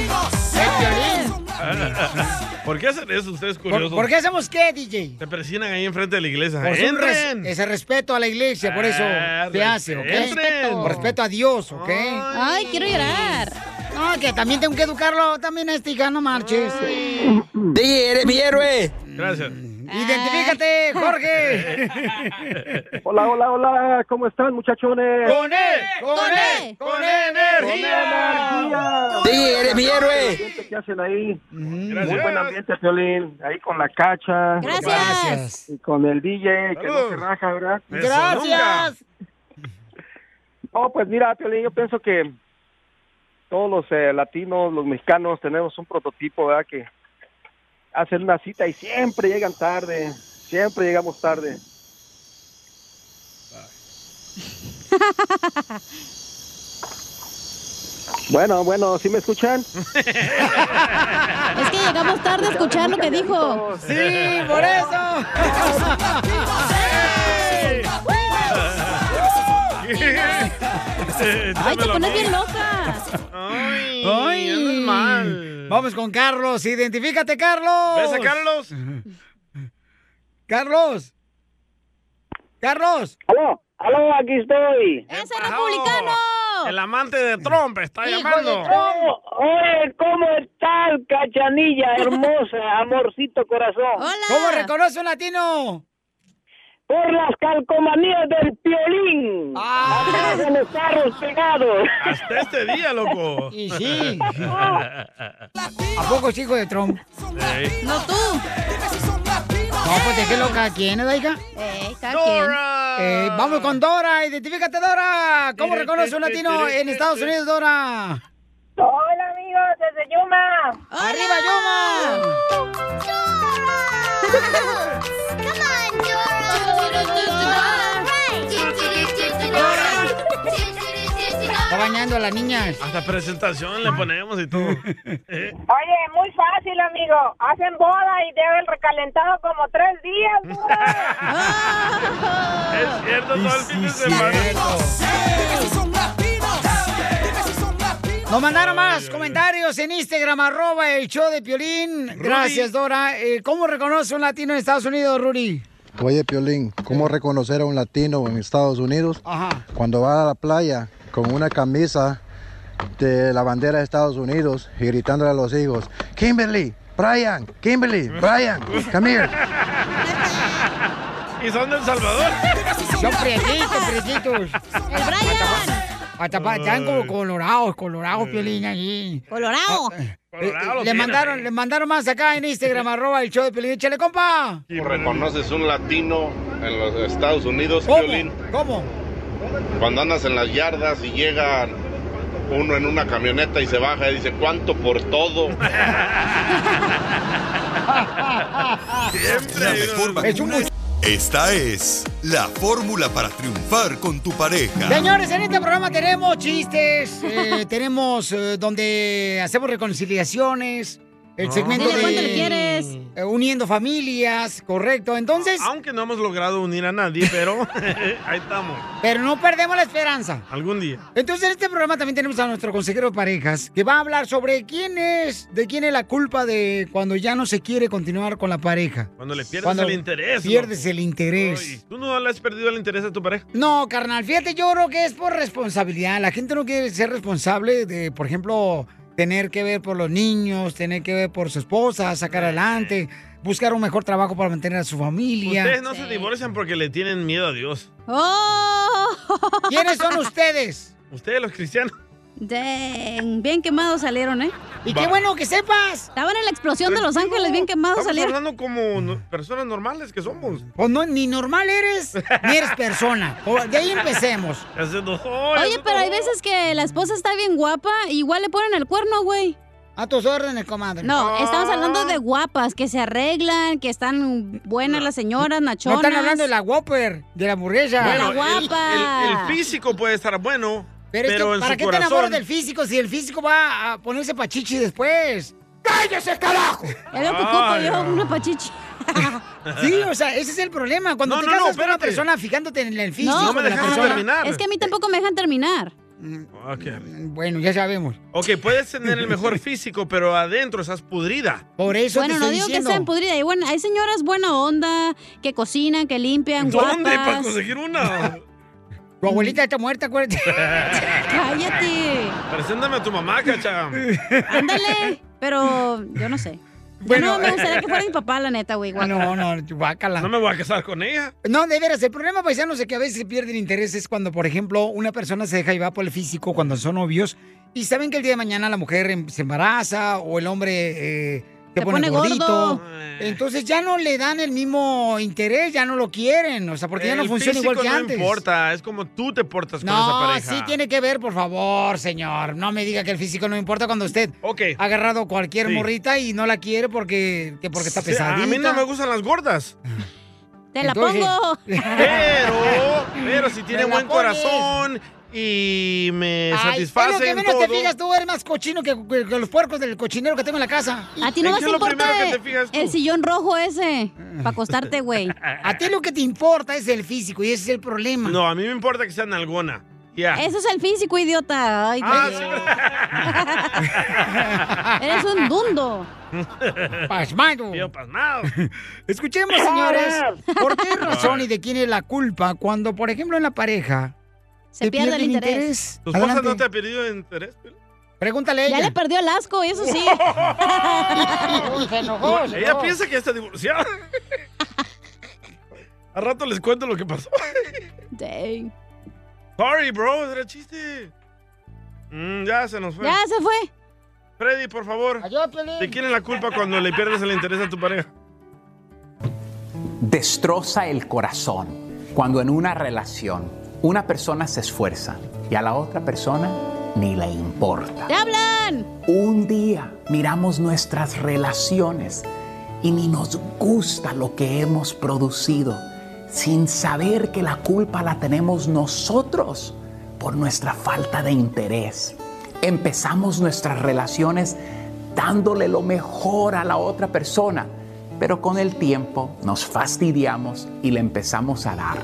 ¿Por qué hacen eso ustedes
¿Por,
curiosos?
por qué hacemos qué, DJ?
Se persinan ahí enfrente de la iglesia.
Por un res-
¡Entren!
ese respeto a la iglesia, por eso
Ah,
se hace, ¿ok?
entren. Ah.
Por respeto a Dios, ¿ok?
Ay, quiero llorar.
No, que también tengo que educarlo, también a este hija, no marches.
DJ, eres mi héroe.
Gracias.
Identifícate, Jorge.
Hola, hola, hola, ¿cómo están muchachones?
¡Con él! ¡Con él! ¡Con E
E
energía!
¿Qué hacen ahí? Muy buen ambiente, Piolín. Ahí con la cacha.
Gracias.
Y con el DJ, Eh, que no se raja, ¿verdad?
¡Gracias!
No, pues mira, Piolín, yo pienso que todos los eh, latinos, los mexicanos, tenemos un prototipo, ¿verdad? Que hacen una cita y siempre llegan tarde, siempre llegamos tarde. Bueno, bueno, ¿sí me escuchan?
*laughs* Es que llegamos tarde a escuchar lo que dijo.
Sí, por *laughs* eso.
Ay, te pones bien loca.
¡Ay! Vamos con Carlos, identifícate, Carlos.
¿Ves a Carlos?
Carlos. Carlos.
Aló, aló, aquí estoy.
¡Ese republicano!
El amante de Trump está
Hijo
llamando.
de Trump. Oye, ¿cómo estás, cachanilla
*laughs*
hermosa, amorcito corazón?
¿Cómo reconoce un latino?
Por las calcomanías del piolín.
Ah.
Atrás de los carros pegados.
Hasta este día, loco.
Y sí. ¿A poco es hijo de Trump?
Sí.
No tú. No, pues de qué loca quién es, oiga.
Eh,
Dora. Eh, vamos con Dora, identifícate Dora. ¿Cómo reconoce un latino en Estados Unidos, Dora?
Hola amigos, desde Yuma.
¡Arriba Yuma! *laughs* Está bañando a las niñas.
Hasta presentación le ponemos y todo. Eh,
Oye, muy fácil, amigo. Hacen boda y debe el recalentado como tres
*laughs*
días.
Es cierto, todo el fin de semana.
Nos mandaron más comentarios en Instagram, arroba el show de Piolín. Gracias, Dora. Eh, ¿Cómo reconoce un latino en Estados Unidos, Ruri?
Oye, Piolín, ¿cómo reconocer a un latino en Estados Unidos?
Ajá.
Cuando va a la playa con una camisa de la bandera de Estados Unidos y gritándole a los hijos, Kimberly, Brian, Kimberly, Brian, come here.
Y son de El Salvador.
Son prietitos, prietitos. ¡El Brian! Hasta pa- están como colorados, colorados, Piolín, allí.
Colorado.
Ah, eh,
Colorado
*laughs*
lo
eh, *laughs* le,
tiene,
mandaron,
eh.
le mandaron más acá en Instagram, arroba el show de Piolín. ¡Échale, compa!
¿Cómo reconoces un latino en los Estados Unidos, Piolín?
¿Cómo?
Cuando andas en las yardas y llega uno en una camioneta y se baja y dice, ¿cuánto por todo?
La mejor vacuna Esta es la fórmula para triunfar con tu
Ah.
pareja.
Señores, en este programa tenemos chistes,
*laughs*
eh, tenemos eh, donde hacemos reconciliaciones, el
Ah.
segmento
Dile
de...
cuánto le
quieres.
uniendo familias, correcto. Entonces,
Aunque Ah, no hemos logrado unir a nadie,
*laughs*
pero ahí estamos.
pero no perdemos la esperanza.
Algún día.
Entonces, en este programa también tenemos a nuestro consejero de parejas que va a hablar sobre quién es, de quién es la culpa de cuando ya no se quiere continuar con la pareja.
Cuando le pierdes
Cuando
el interés.
Pierdes el interés.
loco. ¿Tú no le has perdido el interés a tu pareja?
No, carnal, fíjate, yo creo que es por responsabilidad. La gente no quiere ser responsable de, por ejemplo, tener que ver por los niños, tener que ver por su esposa, sacar
Eh.
adelante, buscar un mejor trabajo para mantener a su familia.
Ustedes no se divorcian porque le tienen miedo a Dios.
Oh.
¿Quiénes son ustedes?
*laughs* Ustedes los cristianos.
Dang, bien quemados salieron, ¿eh?
Y
qué Va.
bueno que sepas.
Estaban en la explosión de Los Ángeles, bien quemados
Estamos
salieron.
hablando como no- personas normales que somos.
Pues no, ni normal eres, ni eres persona. O- De ahí empecemos.
Hace dos horas,
Oye,
¿no?
pero hay veces que la esposa está bien guapa, igual le ponen el cuerno, güey.
A tus órdenes, comadre. Ah.
No, estamos hablando de guapas, que se arreglan, que están buenas las señoras,
No
nachonas.
están hablando de la Whopper, de la hamburguesa.
Bueno,
la
el,
guapa.
el- el físico puede estar bueno,
Pero,
pero,
es que,
en
¿para
su
qué te
corazón...
enamoras del físico si el físico va a ponerse pachichi después? ¡Cállese, carajo!
Era un cocopo, yo una pachichi.
Sí, o sea, ese es el problema. Cuando
No,
te
no, no,
casas con una
espérate.
persona fijándote en el físico
No,
de la
dejaron
persona-
terminar.
Es que a mí tampoco me dejan terminar.
Ok.
Mm, Bueno, ya sabemos.
Ok, puedes tener el
*laughs*
mejor físico, pero adentro estás pudrida.
Por
bueno, no digo que sean podridas. Hay, buena- hay señoras buena onda, que cocinan, que limpian,
¿Dónde para
guapas.
conseguir una?
*laughs* Tu abuelita está muerta, acuérdate.
Cállate.
*laughs* Preséntame a tu mamá, cacha.
*laughs*
Ándale, pero yo no sé. Yo
Bueno,
no me gustaría que fuera mi papá, la neta, güey. guaca.
eh, *laughs* No, no, guácala.
No me voy a casar con ella.
No, de veras, el problema, paisanos, es que a veces pierden interés es cuando, por ejemplo, una persona se deja llevar por el físico cuando son novios y saben que el día de mañana la mujer em- se embaraza o el hombre eh, se,
Se
pone,
pone gordo.
gordito. Entonces ya no le dan el mismo interés, ya no lo quieren, o sea, porque ya no
El
funciona igual
físico
que
no
antes.
importa, es como tú te portas con
No,
esa
sí
pareja.
tiene que ver, por favor, señor. No me diga que el físico no importa cuando usted ha agarrado cualquier
Sí.
morrita y no la quiere porque, que porque está
Sí,
pesadita.
A mí no me gustan las gordas.
Te la
Entonces- *laughs*
pongo.
Pero, pero si tiene
Me la
buen
pones.
corazón y me
Ay, es lo
satisface
que
en
menos
todo.
te fijas, tú eres más cochino que, que- que los puercos del cochinero que tengo en la casa.
A ti no más te importa el sillón rojo
*laughs*
ese para acostarte, güey.
A ti lo que te importa es el físico y ese es el problema.
No, a mí me importa que sean alguna. Ya.
Eso es el físico, idiota. Ay,
Ah,
güey. *laughs* Eres un dundo.
Pasmado.
Yo pasmado.
*laughs* Escuchemos,
*laughs*
señores, ¿por qué razón y de quién es la culpa cuando, por ejemplo, en la pareja
Se pierde el interés.
¿Tu esposa no te ha perdido interés?
Pregúntale
Ya le perdió el asco, eso
*laughs*
sí.
se
Bueno, ella piensa que ya está divorciada.
*laughs*
Al rato les cuento lo que pasó.
Dang.
Sorry, bro, era chiste. Mm, ya se nos fue.
Ya se fue.
Freddy, por favor. ¿De quién es la culpa cuando le pierdes el interés a tu pareja?
destroza el corazón cuando en una relación una persona se esfuerza y a la otra persona ni le importa.
Ah.
¡Te hablan!
Un día miramos nuestras relaciones y ni nos gusta lo que hemos producido sin saber que la culpa la tenemos nosotros por nuestra falta de interés. Empezamos nuestras relaciones dándole lo mejor a la otra persona, pero con el tiempo nos fastidiamos y le empezamos a dar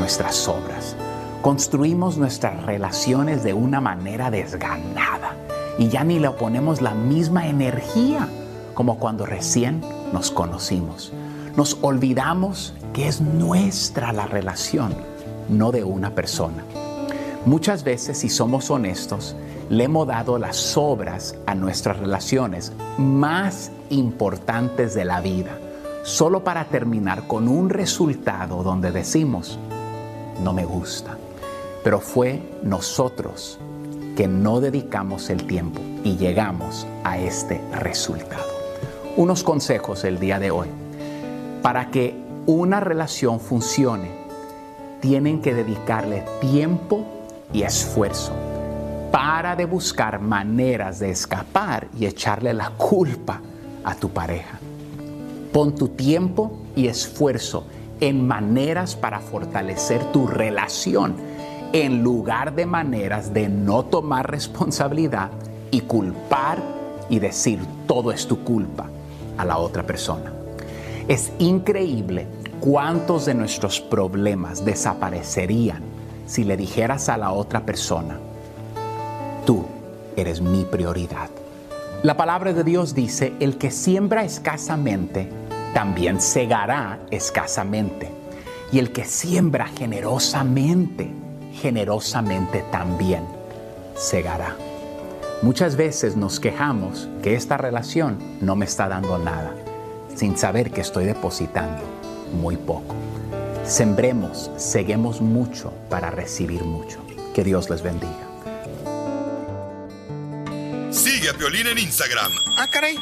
nuestras obras. Construimos nuestras relaciones de una manera desganada y ya ni le ponemos la misma energía como cuando recién nos conocimos. Nos olvidamos que es nuestra la relación, no de una persona. Muchas veces, si somos honestos, le hemos dado las obras a nuestras relaciones más importantes de la vida, solo para terminar con un resultado donde decimos, no me gusta. Pero fue nosotros que no dedicamos el tiempo y llegamos a este resultado. Unos consejos el día de hoy. Para que una relación funcione, tienen que dedicarle tiempo y esfuerzo. Para de buscar maneras de escapar y echarle la culpa a tu pareja. Pon tu tiempo y esfuerzo en maneras para fortalecer tu relación, en lugar de maneras de no tomar responsabilidad y culpar y decir todo es tu culpa a la otra persona. Es increíble cuántos de nuestros problemas desaparecerían si le dijeras a la otra persona, tú eres mi prioridad. La palabra de Dios dice, el que siembra escasamente, también segará escasamente. Y el que siembra generosamente, generosamente también segará. Muchas veces nos quejamos que esta relación no me está dando nada, sin saber que estoy depositando muy poco. Sembremos, seguemos mucho para recibir mucho. Que Dios les bendiga.
Sigue a Piolín en Instagram,
Ah, caray.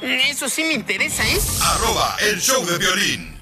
Eso sí me interesa, ¿eh?
arroba el show de violín.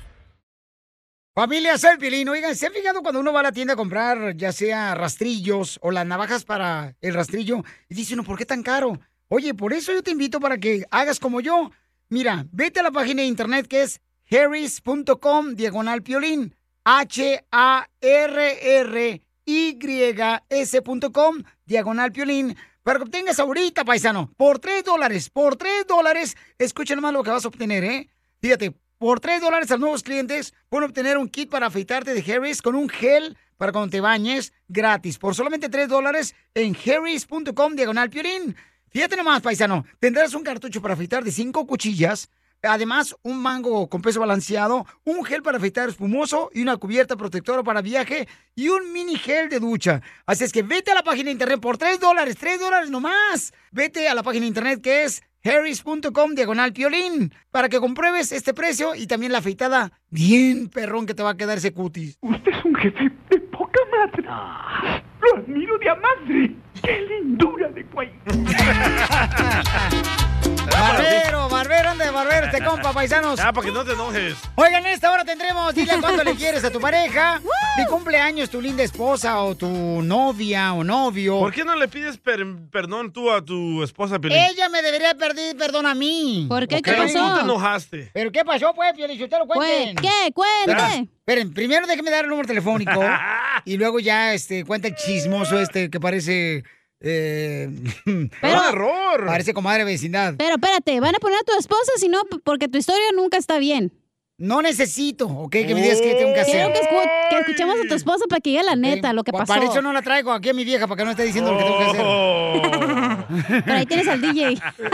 Familia ser Piolín, oigan, ¿se han fijado cuando uno va a la tienda a comprar ya sea rastrillos o las navajas para el rastrillo? Y dice uno, ¿por qué tan caro? Oye, por eso yo te invito para que hagas como yo. Mira, vete a la página de internet que es harris.com diagonal piolín. H-A-R-R-Y-S.com diagonal piolín. Para que obtengas ahorita, paisano, por 3 dólares, por 3 dólares, escucha nomás lo que vas a obtener, ¿eh? Fíjate, por 3 dólares a los nuevos clientes pueden obtener un kit para afeitarte de Harris con un gel para cuando te bañes gratis. Por solamente 3 dólares en harris.com diagonal piorín. Fíjate nomás, paisano, tendrás un cartucho para afeitar de 5 cuchillas. Además, un mango con peso balanceado, un gel para afeitar espumoso y una cubierta protectora para viaje y un mini gel de ducha. Así es que vete a la página de internet por 3 dólares, 3 dólares nomás. Vete a la página de internet que es harris.com diagonal piolín para que compruebes este precio y también la afeitada bien perrón que te va a quedar ese cutis. Usted es un jefe de poca madre. Lo admiro de a madre. ¡Qué lindura
*laughs*
de cuello! Barbero, barbero, ande, barbero, este compa,
*laughs*
paisanos.
Ya, para que no te enojes.
Oigan, en esta hora tendremos, dile cuánto
*laughs*
le quieres a tu pareja, si cumpleaños tu linda esposa o tu novia o novio.
¿Por qué no le pides per- perdón tú a tu esposa, Piolín?
Eh.
Ella me debería pedir perdón a mí. ¿Por
Ok, Tú te enojaste.
¿Pero qué pasó, pues, Piolichotero? Cuenten.
Pues, ¿qué? Cuente.
Esperen, esperen, primero déjeme dar el
*laughs*
número telefónico y luego ya este, cuenta el chismoso este que parece... Eh, error! Parece comadre vecindad.
Pero espérate, van a poner a tu esposa, si no, p- porque tu historia nunca está bien.
No necesito, ¿ok? Que me digas qué tengo que hacer.
Quiero que, escu- que escuchemos a tu esposa para que diga la neta, lo que
*laughs* Pa-
pasó.
Para eso no la traigo aquí a mi vieja, para que no esté diciendo lo que tengo que
Oh.
hacer.
Pero ahí tienes al DJ.
*laughs*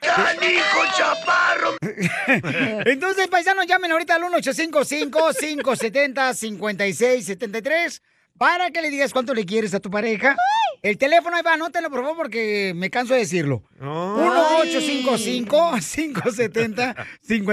¡Canijo chaparro! *laughs* Entonces, paisanos, llamen ahorita al 1855 570 5673 para que le digas cuánto le quieres a tu pareja. El teléfono ahí va, anótenlo por favor porque me canso de decirlo.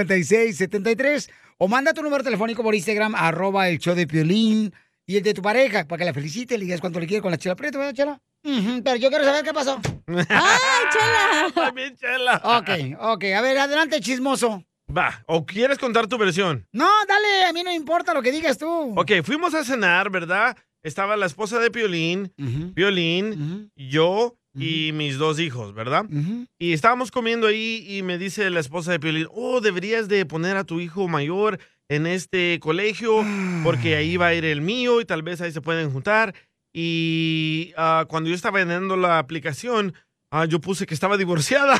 1-855-570-5673 o manda tu número telefónico por Instagram, arroba el show de Piolín y el de tu pareja para que la felicite, le digas cuánto le quieres con la chela preta, ¿verdad, chela? Ujú, pero yo quiero saber qué pasó. *laughs* ¡Ay, chela!
También chela.
Ok, ok, a ver, adelante, chismoso.
Va, ¿o quieres contar tu versión?
No, dale, a mí no me importa lo que digas tú.
Ok, fuimos a cenar, ¿verdad? Estaba la esposa de Piolín, Piolín, yo y mis dos hijos, ¿verdad? Y estábamos comiendo ahí y me dice la esposa de Piolín, oh, deberías de poner a tu hijo mayor en este colegio porque ahí va a ir el mío y tal vez ahí se pueden juntar. Y ah, cuando yo estaba llenando la aplicación, ah, yo puse que estaba divorciada.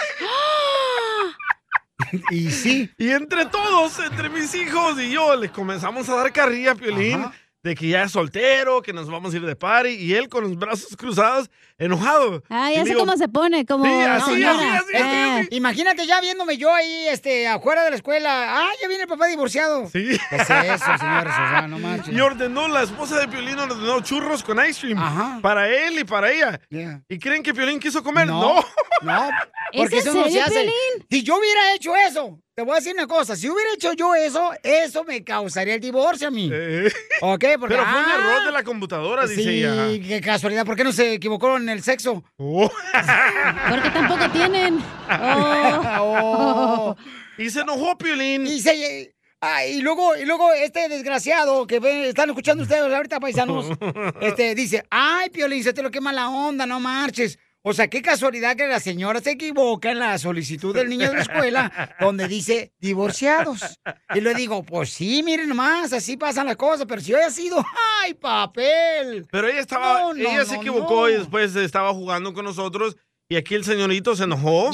*laughs*
*laughs* y sí.
Y entre todos, entre mis hijos y yo, les comenzamos a dar carrilla a Piolín de que ya es soltero, que nos vamos a ir de party, y él con los brazos cruzados, enojado.
Ay,
Y
ya sé
digo,
cómo se pone, como...
Sí, así,
señora.
así, así, así,
Eh,
así.
Imagínate ya viéndome yo ahí, este, afuera de la escuela. Ah, ya viene el papá divorciado.
Sí.
¿Qué es eso,
*laughs*
señores? O sea, no manches.
Y ordenó, la esposa de Piolín ordenó churros con ice cream. Para él y para ella. ¿Y creen que Piolín quiso comer? No.
No,
*laughs*
Porque eso no se hace. Si yo hubiera hecho eso, te voy a decir una cosa. Si hubiera hecho yo eso, eso me causaría el divorcio a mí. ¿Ok?
Eh.
Porque,
Pero fue un
ah,
error de la computadora, dice
sí,
ella. Oh.
qué casualidad. ¿Por qué no se equivocó en el sexo?
*laughs* Porque tampoco
*laughs*
tienen. Oh.
Y se enojó Piolín.
Y, se- ah, y luego, y luego este desgraciado que ven- están escuchando ustedes ahorita,
*laughs*
paisanos, este, dice, ay, Piolín, se te lo quema la onda, no marches. O sea, qué casualidad que la señora se equivoca en la solicitud del niño de la escuela donde dice divorciados. Y le digo, pues sí, miren nomás, así pasan las cosas, pero si hoy ha sido, *laughs* ay, papel.
Pero ella estaba,
No, no,
ella se
no,
equivocó y
no.
después estaba jugando con nosotros. Y aquí el señorito se enojó.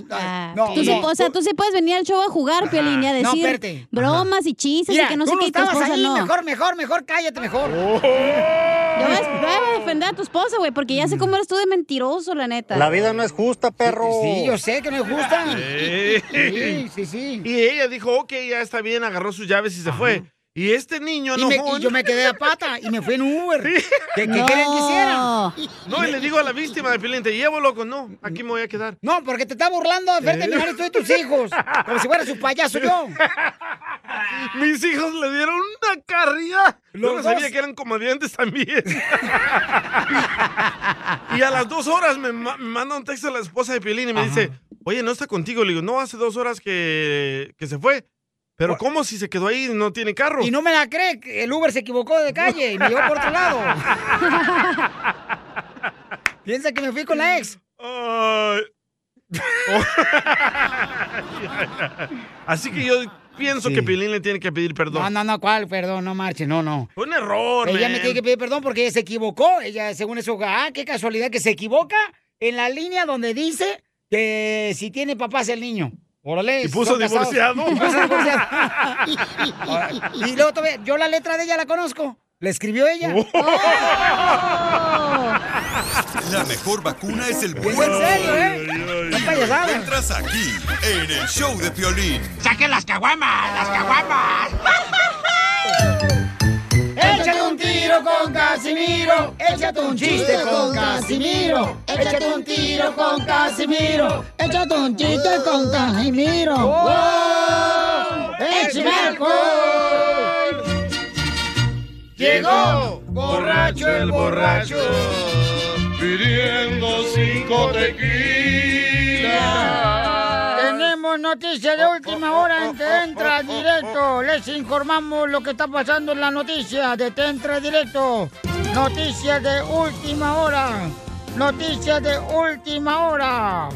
No,
Tú sí-
no.
o sea, tú sí puedes venir al show a jugar, Piolín, y a
No,
decir
espérate.
bromas y chistes
Mira,
y que no
tú
sé
no
qué, y tu
estabas
esposa
ahí,
no.
mejor, mejor, mejor, cállate, mejor.
Yo voy a- voy a defender a tu esposa, güey, porque ya sé cómo eres tú de mentiroso, la neta.
es justa, perro. Sí, yo sé que no es justa.
Sí.
sí, sí.
Y ella dijo, ok, ya está bien, agarró sus llaves y se fue. Y este niño
Y,
no.
me- y yo me quedé a pata y me fui en Uber. ¿Qué, qué
No.
quieren que hiciera?
*laughs* No, y le digo a la víctima de Piolín, te llevo, loco, no, aquí me voy a quedar.
No, porque te está burlando frente a mi marido y tus hijos. Como si fuera su payaso yo.
*laughs* Mis hijos le dieron una carrilla. Yo no
Los
sabía
dos.
que eran comediantes también. *laughs* y a las dos horas me, ma- me manda un texto a la esposa de Piolín y me dice, oye, no está contigo. Le digo, no, hace dos horas que, que se fue. Pero ¿cómo si se quedó ahí y no tiene carro?
Y no me la cree, que el Uber se equivocó de calle y me llevó por otro lado.
*laughs*
*laughs* Piensa que me fui con la ex.
Así que yo pienso que Piolín le tiene que pedir perdón.
No, no, no, ¿cuál? Perdón, no marche, no, no.
Fue un error,
Ella me
man.
tiene que pedir perdón porque ella se equivocó. Ella, según eso, ah, qué casualidad que se equivoca en la línea donde dice que si tiene papás el niño. Órale.
Y puso
son casados.
divorciado.
Y puso
*laughs*
divorciado. Ahora, y luego todavía, yo la letra de ella la conozco. La escribió ella.
Oh.
La mejor vacuna es el buen
en serio, ¿eh?
humor.
Qué
Y lo
payasada.
encuentras aquí, en el show de Piolín.
¡Saquen las caguamas! ¡Las caguamas!
Échate un tiro con Casimiro. Échate un chiste con Casimiro. Échate un tiro con Casimiro. Échate un chiste con Casimiro. ¡Wow! ¡Échame alcohol!
Llegó
borracho el borracho
pidiendo cinco tequilas.
Tenemos noticia de última hora en Te Entra Directo. Les informamos lo que está pasando en la noticia de Te Entra Directo. Noticia de última hora. Noticia de última hora.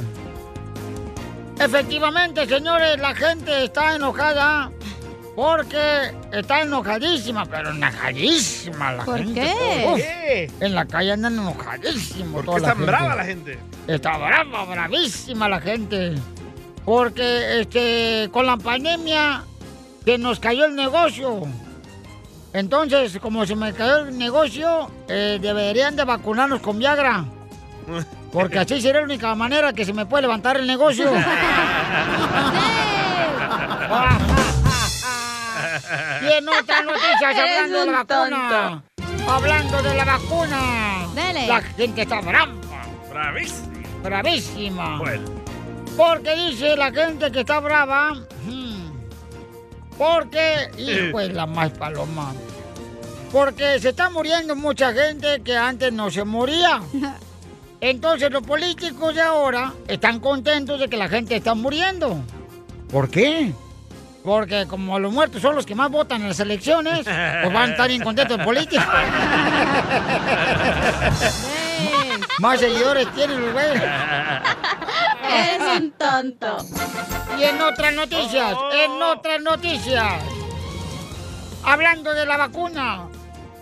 Efectivamente, señores, la gente está enojada porque está enojadísima, pero enojadísima la
¿Por
gente.
qué?
Uf, en la calle andan enojadísimos.
Porque está brava la gente.
Está brava, bravísima la gente. Porque este, con la pandemia se nos cayó el negocio. Entonces, como se me cayó el negocio, eh, deberían de vacunarnos con Viagra. Porque así sería la única manera que se me puede levantar el negocio. Y en otras noticias, hablando de la vacuna. Hablando de la vacuna.
Dele.
La gente está brava,
Bravísimo. pues.
bravísima.
Bueno.
Porque dice la gente que está brava. ujú, Porque, hijo de la más paloma. Porque se está muriendo mucha gente que antes no se moría. Entonces los políticos de ahora están contentos de que la gente está muriendo. ¿Por qué? Porque como los muertos son los que más votan en las elecciones, pues van a estar bien contentos los políticos. Más seguidores tienen los güeyes.
Eres un tonto.
Y en otras noticias, en otras noticias. Hablando de la vacuna,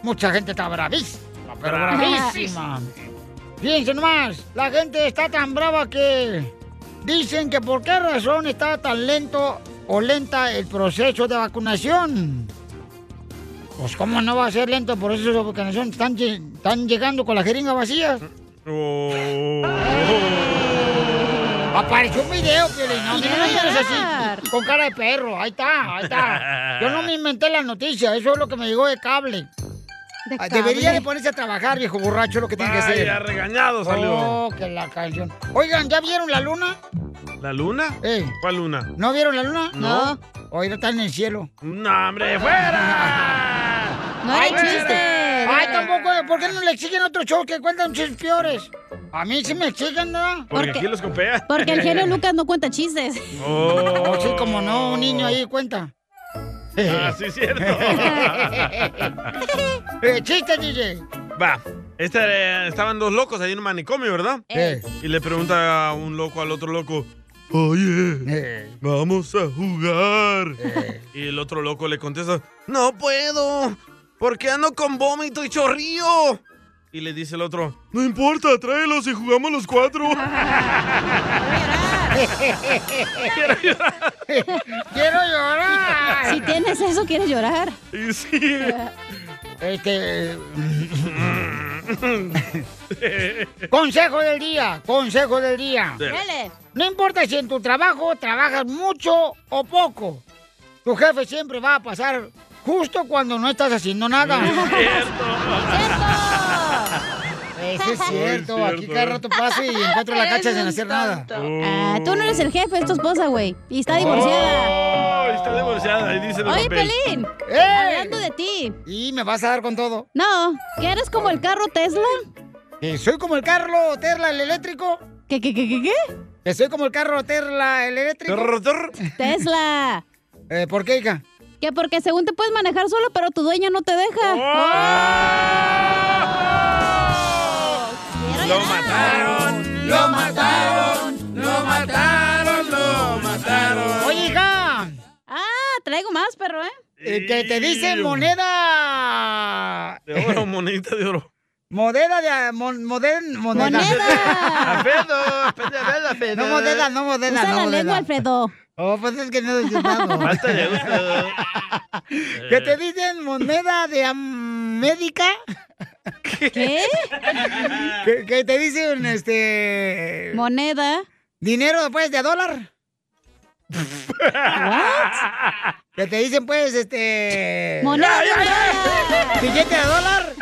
mucha gente está bravísima, pero bravísima. Fíjense nomás, la gente está tan brava que dicen que por qué razón está tan lento o lenta el proceso de vacunación. Pues cómo no va a ser lento el proceso de vacunación, están, lle- están llegando con la jeringa vacía. Apareció un video, Piolín. No, mira, no llores así, con cara de perro. Ahí está, ahí está. Yo no me inventé la noticia, eso es lo que me llegó de cable. Ah, Debería de ponerse a trabajar, viejo borracho, lo que tiene que
Vaya,
hacer.
regañado salió.
Oh, que la canción. Oigan, ¿ya vieron la luna?
¿La luna? ¿Cuál luna?
¿No vieron la luna?
No.
Hoy no está en el cielo.
¡No, hombre, fuera!
No hay chiste.
pues, Ay, tampoco, ¿por qué no le exigen otro show que cuentan chistes peores? A mí sí me exigen, ¿no?
Porque aquí los copea.
Porque
*laughs*
el genio Lucas no cuenta chistes.
*laughs* Oh.
Oh, sí, como no, un niño ahí
*laughs*
cuenta.
Ah, sí, es cierto.
*laughs* Eh, chiste, DJ.
Va. Este, eh, estaban dos locos ahí en un manicomio, ¿verdad?
Eh.
Y le pregunta a un loco al otro loco, oye,
Eh.
vamos a jugar. *laughs* Y el otro loco le contesta, no puedo, porque ando con vómito y chorrío. Y le dice el otro, no importa, tráelos y jugamos los cuatro.
Quiero llorar. Quiero llorar.
Si tienes eso, quieres llorar.
Y sí. *laughs*
Este. Consejo del día, consejo del día.
Dele. Dele.
No importa si en tu trabajo trabajas mucho o poco, tu jefe siempre va a pasar justo cuando no estás haciendo nada. Eso es cierto, *laughs* aquí cada rato paso y encuentro la
Eres
cacha sin
un
hacer nada.
Ah, tú no eres el jefe, es tu esposa, güey. Y está divorciada.
Oh, está divorciada, ahí dice el
Oye,
papel.
Pelín,
¡Eh!
hablando de ti.
¿Y me vas a dar con todo?
No, ¿que eres como el carro Tesla?
¿Que soy como el carro Tesla, el eléctrico?
¿Qué, qué, qué, qué, qué?
¿Que soy como el carro Tesla, el eléctrico?
Tesla.
*laughs* Eh, ¿Por qué, hija?
Que porque según te puedes manejar solo, pero tu dueña no te deja.
Oh. Lo mataron,
lo mataron,
lo mataron, lo mataron.
Oye, hija.
Ah, traigo más, perro, ¿eh?
Eh, que te dice moneda.
De oro, Ah.
*laughs*
monedita de oro.
Moneda de. Mon, moden- moneda. *laughs* No moneda, no moneda.
Usa
no
la
moneda.
lengua, Alfredo.
Oh, pues es que no he
*laughs*
nada. Que te dicen moneda de am- médica.
¿Qué?
Que, que te dicen este.
Moneda.
Dinero, pues, de a dólar. Que te dicen, pues, este.
Moneda de
¡Ya, ya, ya! Billete de dólar.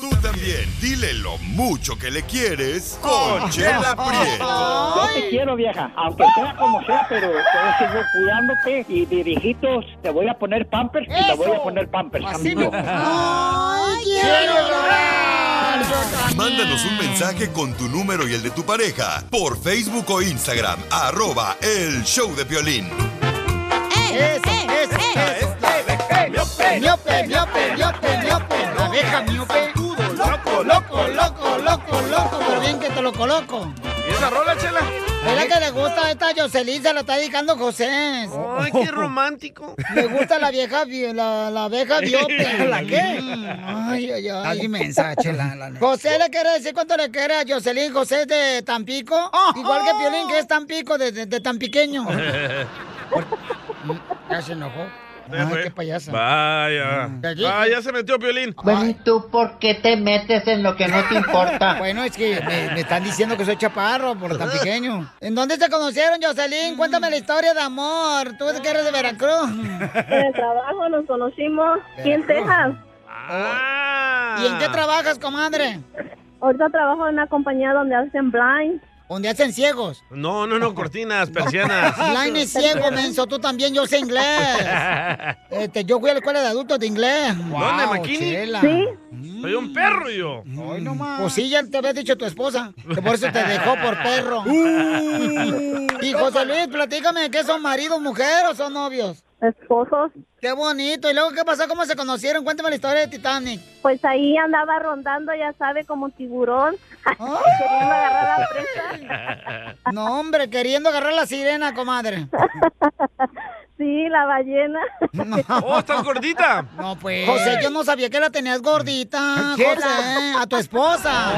Tú también, dile lo mucho que le quieres con Chela Prieto.
Oh. Yo te quiero, vieja, aunque sea como sea, pero yo sigo cuidándote y dirijitos, te voy a poner pampers y te voy a poner pampers. amigo.
¡Ay,
quiero
llorar!
*laughs* Mándanos un mensaje con tu número y el de tu pareja por Facebook o Instagram, arroba el show de violín.
Eh, Eso, eso, eso. Miope, miope, miope, miope, miope. La abeja miope. Loco, loco, loco, loco, loco. Pero bien que te lo coloco.
¿Y esa rola, chela?
Mira que le gusta esta Jocelyn, se la está dedicando José.
Ay, qué romántico.
Me gusta la vieja, vi- la,
*laughs*
la abeja miope.
¿La qué?
Mm, Ay, ay, ay.
Está inmensa, chela, la neta.
José le quiere decir cuánto le quiere a Jocelyn José es de Tampico.
Oh,
Igual que
*laughs*
Piolín, que es Tampico, de, de, de Tampiqueño. Ya se enojó.
Ya
Ay,
fue.
qué payasa. Mm.
Vaya. Vaya, se metió Piolín.
Bueno, ¿y tú por qué te metes en lo que no *laughs* te importa? bueno, es que me, me están diciendo que soy chaparro por tan pequeño. ¿En dónde se conocieron,
Mm.
Jocelyn? Cuéntame la historia de amor. Tú que eres
*laughs*
de Veracruz.
En el trabajo nos conocimos aquí en Texas. Ah.
¿Y en qué trabajas, comadre?
Ahorita trabajo en una compañía donde hacen blind.
¿Donde
*laughs*
hacen ciegos?
No, no, no, cortinas, persianas.
*laughs* Line es Ah, ciego, menso. Tú también, yo sé inglés.
*laughs*
Este, yo fui a la escuela de adultos de inglés.
¿Dónde,
Guau,
Maquini? *laughs*
chela.
Soy un perro yo.
Pues sí, ya te había dicho tu esposa, que por *laughs* eso te dejó por perro. y José Luis, platícame, ¿qué son maridos, mujeres o son novios?
Esposos.
Qué bonito. ¿Y luego qué pasó? ¿Cómo se conocieron? Cuéntame la historia de Titanic.
Pues ahí andaba rondando, ya sabe, como
*laughs*
tiburón. Queriendo agarrar a
No, hombre, queriendo agarrar la sirena, comadre.
*laughs* Sí, la ballena.
Oh, estás gordita.
No, pues. *laughs* José, yo no sabía que la tenías gordita,
Chela.
José, a tu esposa.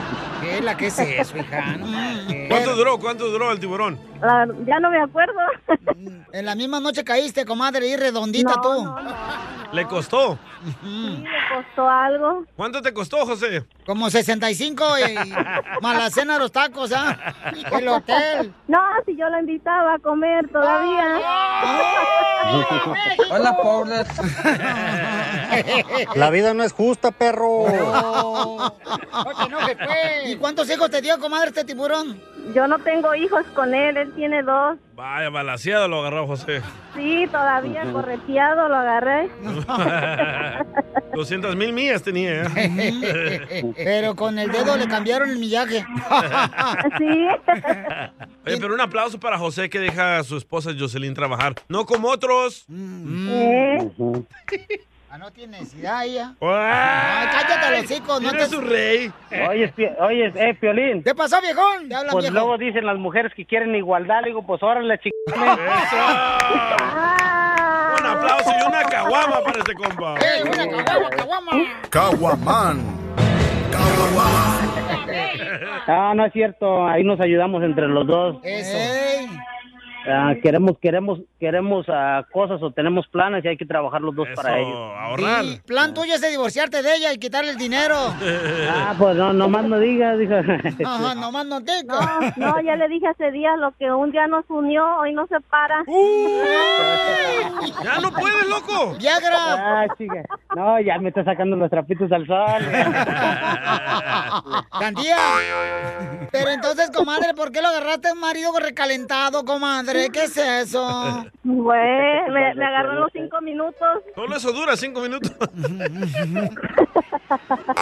*laughs* ¿Qué, la, ¿Qué es eso, hija?
Mm. ¿Cuánto duró? ¿Cuánto duró el tiburón?
ya no me acuerdo. Mm, En la misma noche caíste, comadre, y redondita tú.
¿Le costó?
costó algo.
¿Cuánto te costó, José?
Como 65
*laughs*
y más la cena, los tacos, ¿ah? El hotel.
No, si yo la invitaba a comer todavía.
Hola, pobres. La vida no es justa, perro.
*laughs* ¿Y cuántos hijos te dio, comadre, este tiburón?
Yo no tengo hijos con él, él tiene dos.
Vaya, balaseado lo agarró José.
Sí, todavía correteado lo agarré.
200 mil millas tenía. ¿eh?
*laughs* *laughs* Pero con el dedo le cambiaron el *laughs* millaje.
Sí.
Oye, pero un aplauso para José que deja a su esposa Jocelyn trabajar. No como otros.
Ah, no tiene necesidad ella.
Ay,
cállate, los hijos. No
Mira
te...
su rey.
Oye, pi- oye, eh, Piolín.
¿Qué pasó, viejón? Te hablan,
Pues
viejo.
luego dicen las mujeres que quieren igualdad. Le digo, pues órale,
*laughs*
*laughs*
Eh.
chingada.
Ah.
Un aplauso y una caguama para este compa.
Caguamán. Ah, no es cierto. Ahí nos ayudamos entre los dos.
Eso.
Ah, queremos, queremos, queremos ah, cosas o tenemos planes y hay que trabajar los dos para ello.
ahorrar.
El plan tuyo es de divorciarte de ella y quitarle el dinero.
Ah, pues no, nomás no digas, dijo.
*laughs* Ajá, nomás no te.
Este, No, no, ya le dije hace días lo que un día nos unió, hoy nos
*laughs*
separa.
*laughs* ¡Ya no puedes, loco!
Ah, chica. No, ya me está sacando los trapitos al sol.
¡Candía! Pero entonces, comadre, ¿por qué lo agarraste a un marido recalentado, comadre? ¿Qué es eso?
Güey, Pues, me, me agarró en los cinco minutos.
Solo eso dura cinco minutos.
*laughs*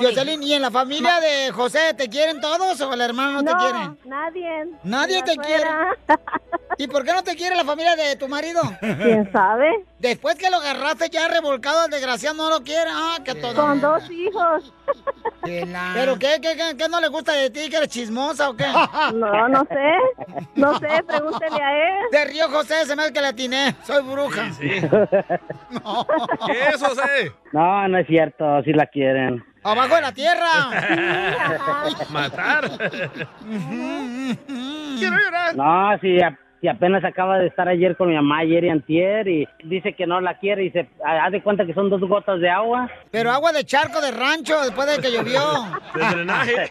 Jocelyn, ¿y en la familia de José te quieren todos o el hermano no te
No,
quiere?
Nadie.
Nadie
Ni la
te quiere.
suegra.
*laughs* ¿Y por qué no te quiere la familia de tu marido?
¿Quién sabe?
Después que lo agarraste ya revolcado, el desgraciado no lo quiere. Ah, que todo.
Con dos hijos.
¿Pero qué, qué, qué, qué no le gusta de ti? ¿Que eres chismosa o qué?
*laughs* No, no sé. No sé, pregúntele a él.
Se rió José, se me hace que le atiné. Soy bruja. *laughs*
¿Qué es, José?
No, no es cierto, sí la quieren.
¡Abajo de la *laughs* tierra!
Matar. Quiero llorar.
No,
*laughs*
si, a- si apenas acaba de estar ayer con mi mamá, ayer y antier, y dice que no la quiere y se haz de cuenta que son dos gotas de agua.
Pero agua de charco de rancho después de que llovió.
De drenaje.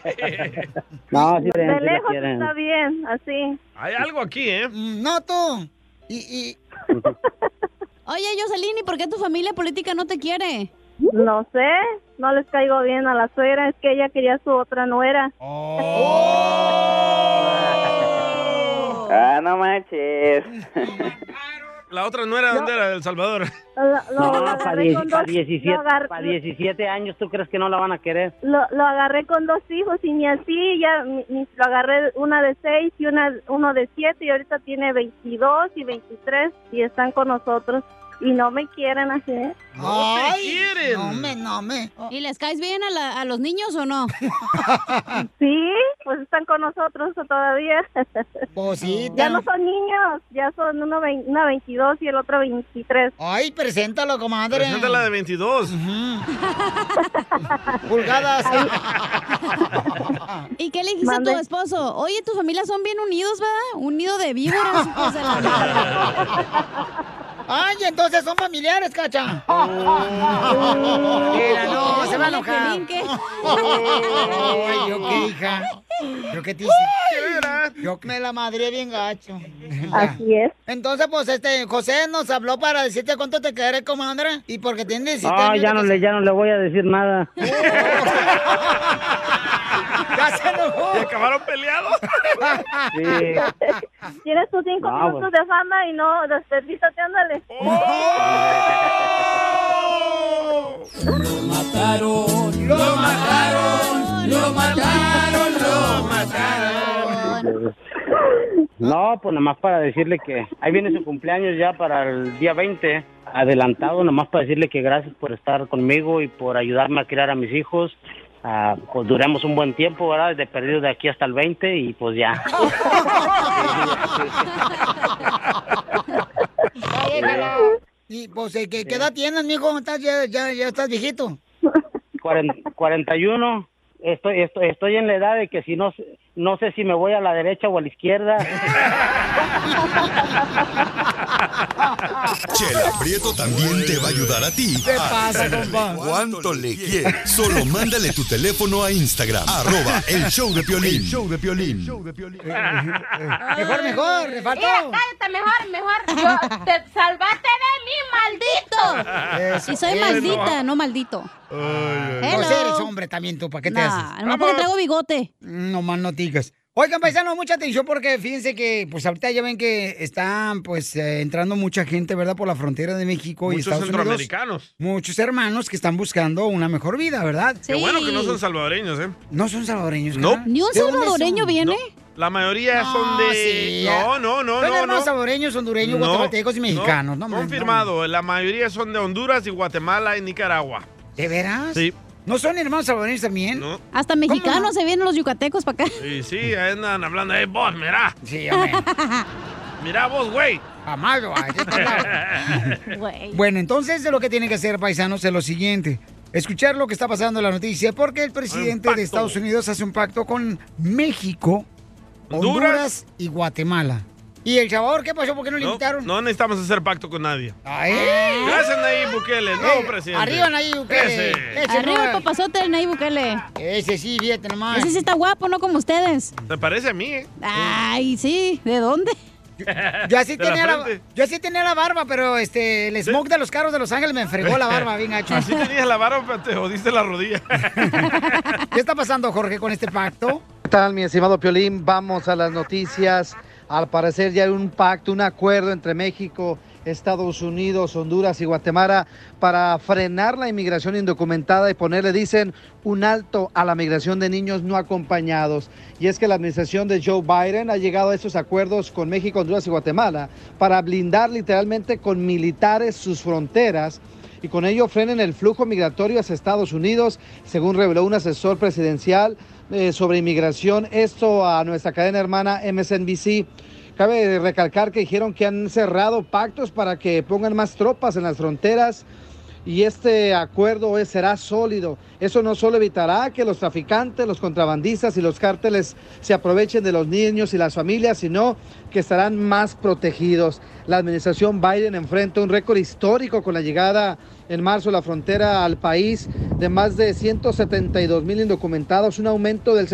No, sí, sí la
De lejos
quieren.
está bien, así.
Hay algo aquí, ¿eh?
Mm, No tú. Y, y...
*laughs* Oye, Jocelyn, ¿y por qué tu familia política no te quiere?
No sé, no les caigo bien a la suegra, es que ella quería su otra nuera.
Oh.
*laughs*
Oh.
Ah, no manches.
*laughs* La otra no era dónde era, El Salvador.
Lo, lo
No, para
agarré con dos- lo agar-
17 años, ¿tú crees que no la van a querer?
lo, lo agarré con dos hijos y ni así, ya ni- ni- lo agarré una de seis y una, uno de siete y ahorita tiene 22 y 23 y están con nosotros. y no me quieren ¿eh? hacer.
Ay, No me, no me. ¿Y les caes bien a, la- a los niños o
*laughs*
no?
Sí, pues están con nosotros todavía. ya no son niños, ya son uno vein- una 22 y el otro 23.
Ay, preséntalo, comadre.
Preséntala de 22.
Pulgadas. ¿eh?
¿Y qué le dijiste a tu esposo? Oye, tu familia son bien unidos, ¿verdad? Un nido de
*laughs*
víboras. hijos de la madre.
Ay, entonces son familiares, cacha. Mira, no, se va a enojar. Ay, yo qué hija. Yo qué te hice. Yo me la madre bien gacho.
Así es.
Entonces, pues, este, José nos habló para decirte cuánto te querés, comadre. Y porque tienes 17
Ah,
años
ya
de
no, le, ya no le voy a decir nada.
Ya se enojó.
¿Y acabaron peleados?
*laughs*
Tienes tus cinco
No,
minutos de fama y no desperdízate, ándale.
Mataron, lo mataron, lo mataron, lo mataron.
No, pues nada más para decirle que ahí viene su cumpleaños ya para el día 20, adelantado, nada más para decirle que gracias por estar conmigo y por ayudarme a criar a mis hijos. Ah, pues duramos un buen tiempo, ¿verdad? De perdido de aquí hasta el 20 y pues ya.
Ya déjala. Y pues, eh, ¿qué, qué edad tienes, mijo? Estás, ya, ya, ya estás viejito.
Cuaren- 41. Estoy, estoy, estoy en la edad de que si no, sé- no sé si me voy a la derecha o a la izquierda.
Chela Prieto también te va a ayudar a ti.
¿Qué
a
pasa,
decirle
compa?
¿Cuánto le quieres? Solo mándale tu teléfono a *laughs* Instagram. Arroba el show de Piolín. show de
Mejor, mejor, le faltó.
Mira, cállate, mejor, mejor. Yo, te salvaste de mí, maldito.
y soy
eso.
maldita, no maldito. ay.
Pues
Hello.
eres hombre también tú, ¿para qué te
Nah,
haces?
nomás porque traigo
bigote. No más no digas. Oigan, paisanos, mucha atención porque fíjense que pues ahorita ya ven que están pues eh, entrando mucha gente, ¿verdad? Por la frontera de México y
Muchos
Estados
centroamericanos.
Unidos. Muchos hermanos que están buscando una mejor vida, ¿verdad?
Qué bueno que no son salvadoreños, ¿eh?
No son salvadoreños.
No.
carnal.
Ni un
¿De dónde
salvadoreño
son?
viene. La mayoría
No,
son de.
sí, ya.
no, no, no,
Son
no.
hermanos
no.
salvadoreños, hondureños, guatemaltecos y mexicanos, no más,
Confirmado, la mayoría son de Honduras y Guatemala y Nicaragua.
¿De veras?
Sí.
¿No son hermanos salvadoreños también?
No.
Hasta mexicanos se vienen los yucatecos para acá.
Y sí, ahí andan hablando, eh, vos, mirá.
Sí,
*laughs* amén.
*laughs* mirá vos, güey.
Amado,
*laughs*
Güey.
Bueno, entonces de lo que tienen que hacer, paisanos, es lo siguiente. Escuchar lo que está pasando en la noticia, porque el presidente de Estados Unidos hace un pacto con México, Honduras,
Honduras
y Guatemala. ¿Y El Salvador qué pasó? ¿Por qué no le
No,
invitaron?
no necesitamos hacer pacto con nadie.
¡Ay!
Gracias, Nayib Bukele,
Ey,
no, presidente.
arriba, Nayib Bukele.
Ese.
Ese
Arriba el
no es.
papazote del Nayib Bukele.
Ese sí, fíjate nomás.
Ese sí está guapo, no como ustedes.
Me parece a mí, ¿eh?
Ay, sí, ¿de dónde?
Ah. Yo
*laughs*
así,
De la
tenía la,
frente.
yo así tenía la barba, pero este, el smoke de los carros de Los Ángeles me fregó la barba, bien gacho.
Así tenías la barba, pero te jodiste la rodilla. *laughs*
*laughs* ¿Qué está pasando, Jorge, con este pacto?
¿Qué tal, mi estimado Piolín? Vamos a las noticias. Al parecer ya hay un pacto, un acuerdo entre México, Estados Unidos, Honduras y Guatemala para frenar la inmigración indocumentada y ponerle, dicen, un alto a la migración de niños no acompañados. Y es que la administración de Joe Biden ha llegado a estos acuerdos con México, Honduras y Guatemala para blindar literalmente con militares sus fronteras y con ello frenen el flujo migratorio hacia Estados Unidos, según reveló un asesor presidencial eh, sobre inmigración, esto a nuestra cadena hermana MSNBC. Cabe recalcar que dijeron que han cerrado pactos para que pongan más tropas en las fronteras y este acuerdo es- será sólido. Eso no solo evitará que los traficantes, los contrabandistas y los cárteles se aprovechen de los niños y las familias, sino que estarán más protegidos. La administración Biden enfrenta un récord histórico con la llegada en marzo a la frontera al país de más de 172 mil indocumentados, un aumento del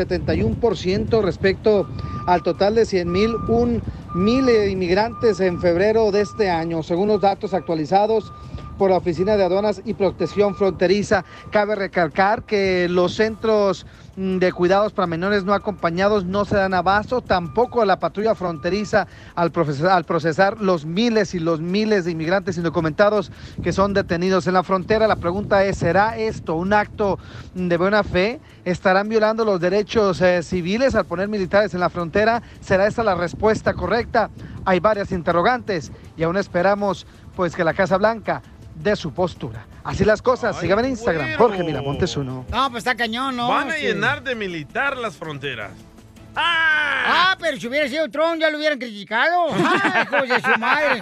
71% respecto al total de 100 mil, un mil eh, inmigrantes en febrero de este año, según los datos actualizados por la Oficina de Aduanas y Protección Fronteriza. Cabe recalcar que los centros mm, de cuidados para menores no acompañados no se dan abasto, tampoco a la patrulla fronteriza al, procesar, al procesar los miles y los miles de inmigrantes indocumentados que son detenidos en la frontera. La pregunta es, ¿será esto un acto mm, de buena fe? ¿Estarán violando los derechos eh, civiles al poner militares en la frontera? ¿Será esa la respuesta correcta? Hay varias interrogantes y aún esperamos pues que la Casa Blanca dé su postura. Así las cosas. Sígame en Instagram, Jorge Miramontes uno.
No, pues está cañón, ¿no?
Van a
Sí.
llenar de militar las fronteras.
Ah, pero si hubiera sido Trump ya lo hubieran
*laughs*
criticado. Ay, hijos Pues de su madre.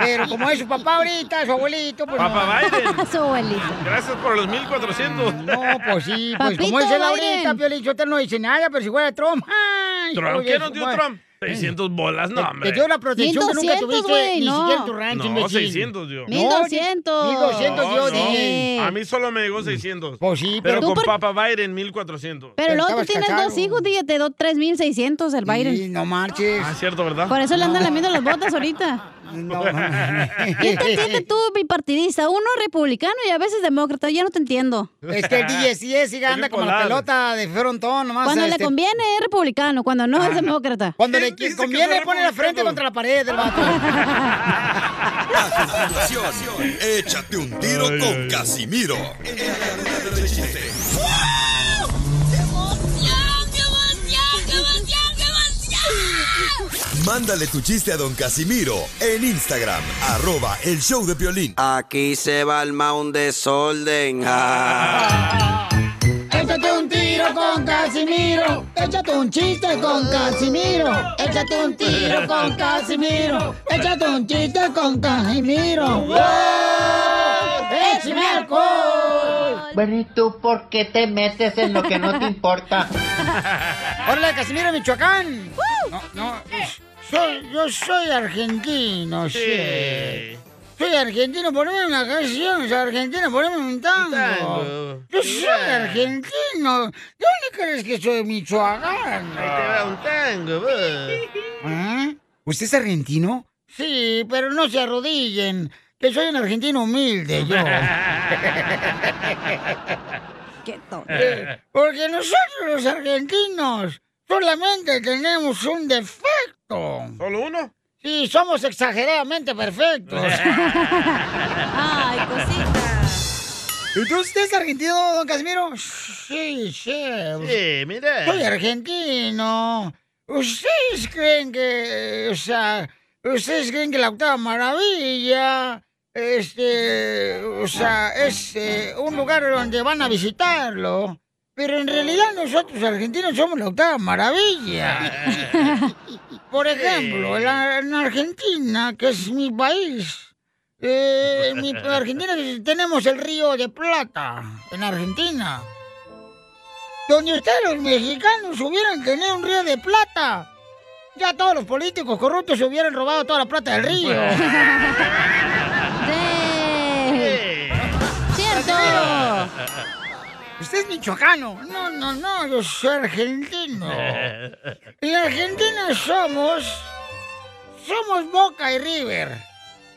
Pero como es su papá ahorita, su abuelito, pues
Papá
no.
Biden.
su abuelito.
Gracias por los 1400.
No, pues sí, Pues como dice la ahorita, Piolín, yo te no dice nada, pero si fuera Trump, *laughs* ay,
Trump,
hijos de
¿qué
pues su
nos dio
madre.
Trump? 600 bolas, no, hombre.
Te dio la protección que nunca
1200,
tuviste
güey,
ni
no.
siquiera en tu rancho,
No,
imbécil.
600 dio.
1200.
1200
No,
dio,
no.
DJ.
A mí solo me llegó 600.
Pues sí,
pero,
pero-
con
Tú por-
Papa Biden 1400.
Pero luego tú tienes dos hijos, DJ, te dio 3.600 el Biden.
Sí, no marches.
Ah, cierto, ¿verdad?
Por eso le
*laughs*
andan lamiendo las botas ahorita. ¿Quién te entiende tú, bipartidista? Uno republicano y a veces demócrata. Ya no te entiendo.
Es que el DJ sí es, sí, anda como la pelota de frontón nomás.
Cuando le
este,
conviene es republicano, cuando no es demócrata.
Cuando le conviene pone la frente contra la pared del vato.
*laughs*
Continuación, échate un tiro con Casimiro. Mándale tu chiste a don Casimiro en Instagram, arroba el show de violín. Aquí se va el mound *laughs* desorden. Ah.
Échate un tiro con Casimiro. Échate un chiste con Casimiro. Échate un tiro con Casimiro. Échate un chiste con Casimiro. ¡Wow! ¡Échame alcohol!
Bueno, ¿y tú por qué te metes en lo que no
*laughs*
te importa?
¡Hola, Casimiro, Michoacán! No, no, soy, yo soy argentino, sí. Soy argentino, poneme una canción, soy argentino, poneme un tango.
tango.
Yo soy argentino. ¿De dónde crees que soy de Michoacán?
Ahí te va un
tango,
¿Ah?
¿Usted es argentino? Sí, pero no se arrodillen, que soy un argentino humilde,
*laughs*
yo. Eh, Porque nosotros los argentinos solamente tenemos un
Oh,
defecto.
¿Solo uno?
Sí, somos
*laughs*
exageradamente perfectos.
Ay,
cosita. ¿Y tú usted es argentino, don Casimiro? Sí, sí.
Sí, mire.
Soy argentino. ¿Ustedes creen que, o sea, ustedes creen que la octava maravilla, este, o sea, es eh, un lugar donde van a visitarlo? Pero en realidad nosotros argentinos somos la
*laughs*
octava maravilla. Por ejemplo, en la- en Argentina, que es mi país, eh, en mi Argentina tenemos el río de Plata, en Argentina. Donde ustedes los mexicanos hubieran tenido un río de plata. Ya todos los políticos corruptos se hubieran robado toda la plata del río. ¡Cierto! Usted es michoacano. No, no, no, yo soy
*laughs*
argentino. En Argentina somos. Somos Boca y River.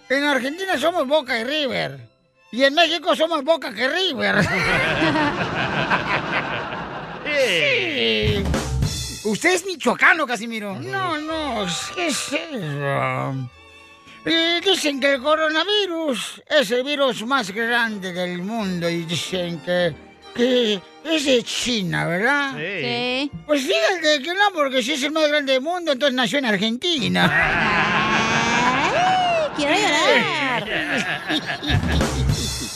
En Argentina somos Boca y River. Y en México somos Boca que River. Sí. ¿Usted es michoacano, Casimiro? No, no, ¿qué es eso? Eh, dicen que el coronavirus es el virus más grande del mundo y dicen que, que es de China, ¿verdad?
Sí.
Pues fíjate que no, porque si es el más grande del mundo, entonces nació en Argentina.
quiero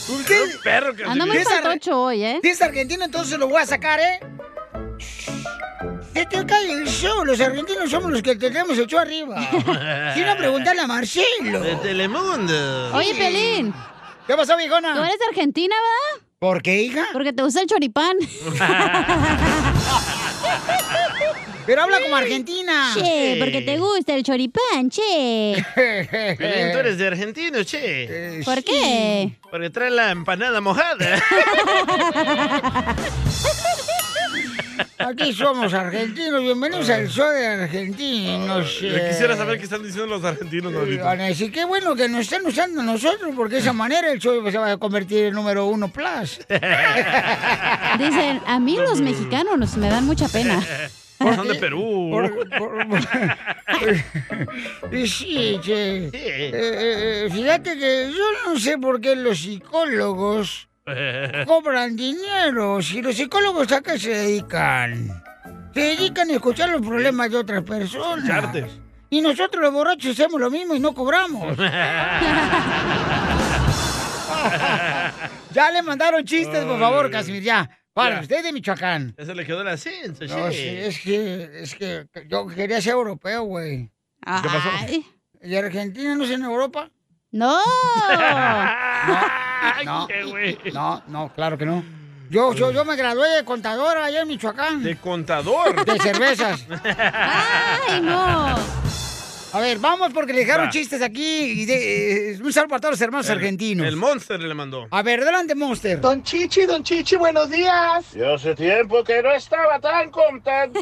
¿Usted?
Un perro que
Anda muy
¿Usted *laughs* es ar-
patocho hoy, ¿eh?
Si es argentino, entonces lo voy a sacar, ¿eh? Se te cae el show. Los argentinos somos los que tenemos el show arriba.
*laughs*
Quiero preguntarle a Marcelo.
De Telemundo.
Oye, Pelín.
¿Qué pasó, viejona?
Tú eres de Argentina, ¿verdad?
¿Por qué, hija?
Porque te gusta el
*laughs*
choripán.
Pero habla como argentina.
Che, porque te gusta el choripán,
*laughs*
che.
Pelín, tú eres de argentino, che.
¿Por qué?
Porque trae la empanada
*laughs*
mojada.
Aquí somos argentinos. Bienvenidos al show de argentinos. eh,
Yo quisiera saber qué están diciendo los argentinos ahorita.
Van a decir, qué bueno que nos están usando a nosotros, porque de esa manera el show se va a convertir en número uno
*laughs*
plus.
Dicen, a mí los mexicanos nos- me dan mucha
*laughs*
pena.
Porque Son de Perú.
Y sí, che. Eh, eh, eh, fíjate que yo no sé por qué los psicólogos cobran dinero. Si los psicólogos acá se dedican, se dedican a escuchar los problemas de otras personas.
Escucharte.
Y nosotros los borrachos hacemos lo mismo y no cobramos. ya le mandaron chistes, por favor, Casimir, ya. Para,
Ya.
usted es de Michoacán.
Ese le quedó la cinta,
No,
sí.
sí, es que, es que yo quería ser europeo, güey.
¿Qué pasó?
¿Y Argentina no es en Europa? *laughs*
¡No!
No, no, no, claro que no. Yo, yo, yo me gradué de contador allá en Michoacán.
¿De contador?
De cervezas.
¡Ay, no!
A ver, vamos porque le dejaron
Va.
chistes aquí. Y de- eh, un saludo para todos los hermanos
El-
argentinos.
El Monster le mandó.
A ver, adelante, Monster.
Don Chichi, Don Chichi, buenos días.
Yo hace tiempo que no estaba tan
*laughs*
contento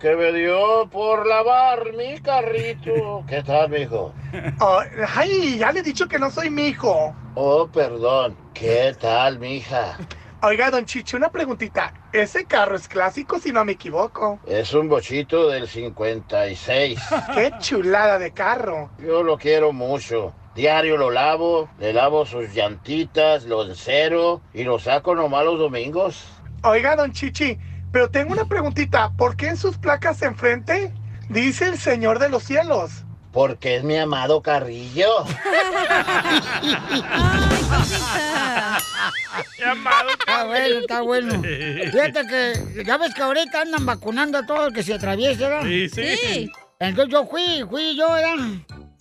que me dio por lavar mi carrito. ¿Qué tal, mijo?
Oh, ay, ya le he dicho que no soy mi hijo.
Oh, perdón. ¿Qué tal, mija?
Oiga, Don Chichi, una preguntita. Ese carro es clásico, si no me equivoco.
Es un bochito del
*laughs*
56.
Qué chulada de carro.
Yo lo quiero mucho. Diario lo lavo, le lavo sus llantitas, lo encero y lo saco nomás los domingos.
Oiga, Don Chichi, pero tengo una preguntita. ¿Por qué en sus placas enfrente dice el Señor de los Cielos?
Porque es mi amado carrillo.
Está bueno, está bueno. Fíjate que ya ves que ahorita andan vacunando a todo el que se atraviesa, ¿verdad?
Sí, sí. Sí.
Entonces yo fui, fui yo, ¿verdad?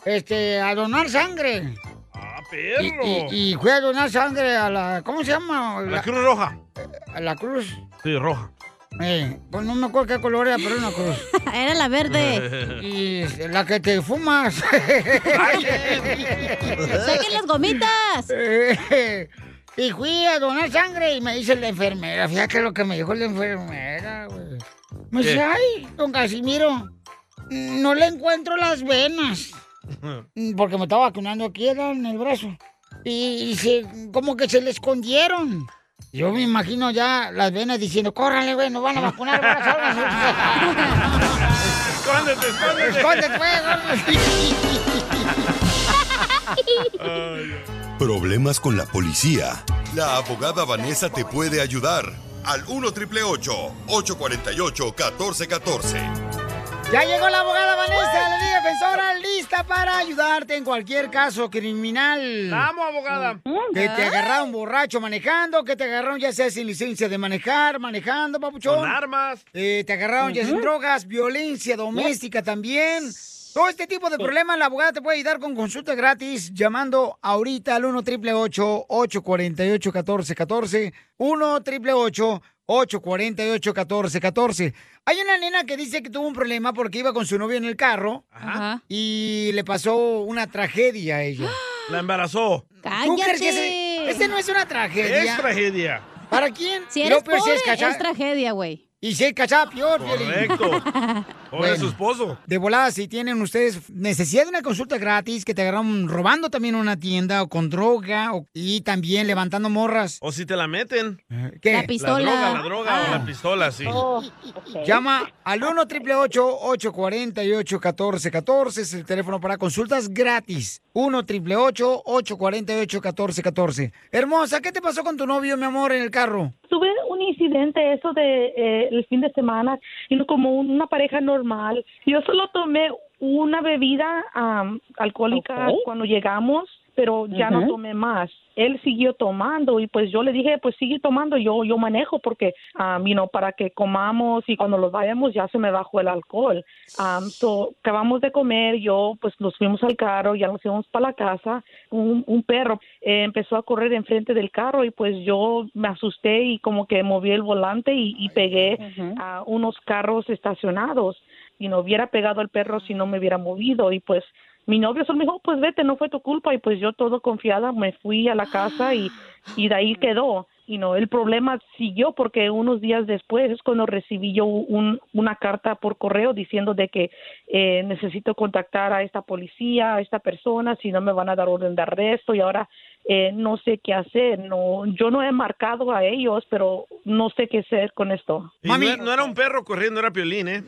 Este, a donar sangre.
¡Ah,
Y,
perro!
y- y fui a donar sangre a la. ¿Cómo se llama?
La Cruz Roja.
A la Cruz.
Sí, roja.
Eh, pues no me acuerdo qué color era, pero era una cruz.
*laughs* Era la verde.
Y este, la que te fumas. *laughs*
¡Saquen las gomitas!
y fui a donar sangre y me dice la enfermera, fíjate lo que me dijo la enfermera, güey. Me dice,
¿Qué?
ay, don Casimiro, no le encuentro las venas. mm, Porque me estaba vacunando aquí era en el brazo. Y, y se, como que se le escondieron. Yo me imagino ya las venas diciendo, córrale, güey, nos van a vacunar, güey,
Escóndete, escóndete.
Escóndete,
Problemas con la policía. La abogada Vanessa te puede ayudar. Al 1 triple 848 1414.
Ya llegó la abogada Vanessa, la Liga Defensora, lista para ayudarte en cualquier caso criminal.
¡Vamos, abogada!
Que te agarraron borracho manejando, que te agarraron ya sea sin licencia de manejar, manejando, papuchón.
Con armas.
Eh, te agarraron ya sin
Ujú.
drogas, violencia doméstica también. Todo este tipo de problemas, la abogada te puede ayudar con consulta gratis llamando ahorita al 1 888 848 1414 1 888 848 1414 Hay una nena que dice que tuvo un problema porque iba con su novio en el carro y le pasó una tragedia a ella.
La embarazó.
¿Tú crees que ese, ese no es una tragedia?
Es tragedia.
¿Para quién?
Si
Y
eres
luego peor
pobre,
cachada-
es tragedia, güey.
Y si es cachada, peor, Piolín.
Correcto. Pobre
Bueno.
su esposo.
De volada, si tienen ustedes necesidad de una consulta gratis, que te agarraron robando también en una tienda o con droga o- y también levantando morras.
O si te la meten.
Eh, ¿Qué? La
La
pistola. Ah.
droga, la
Oh,
droga o la pistola, sí.
Llama al 1 888 848 1414 es el teléfono para consultas gratis. 1 888 848 1414 Hermosa, ¿qué te pasó con tu novio, mi amor, en el carro?
Tuve un incidente eso de eh, el fin de semana, y no como un- una pareja normal. Yo solo tomé una bebida am, alcohólica
Ok.
cuando llegamos, pero ya no
Ujú.
tomé más. Él siguió tomando y pues yo le dije, pues sigue tomando, yo yo manejo porque am, you know, para que comamos y cuando los vayamos ya se me bajó el alcohol. Am, so, acabamos de comer, yo pues nos fuimos al carro, ya nos íbamos para la casa, un, un perro eh, empezó a correr enfrente del carro y pues yo me asusté y como que moví el volante y, y pegué a unos carros estacionados y no hubiera pegado al perro si no me hubiera movido y pues mi novio solo me dijo, pues vete, no fue tu culpa y pues yo todo confiada me fui a la casa y, y de ahí quedó. Y no, el problema siguió porque unos días después es cuando recibí yo un, una carta por correo diciendo de que eh, necesito contactar a esta policía, a esta persona, si no me van a dar orden de arresto y ahora eh, no sé qué hacer. No, yo no he marcado a ellos, pero no sé qué hacer con esto.
Y no, e- no era un perro corriendo, era piolín, ¿eh?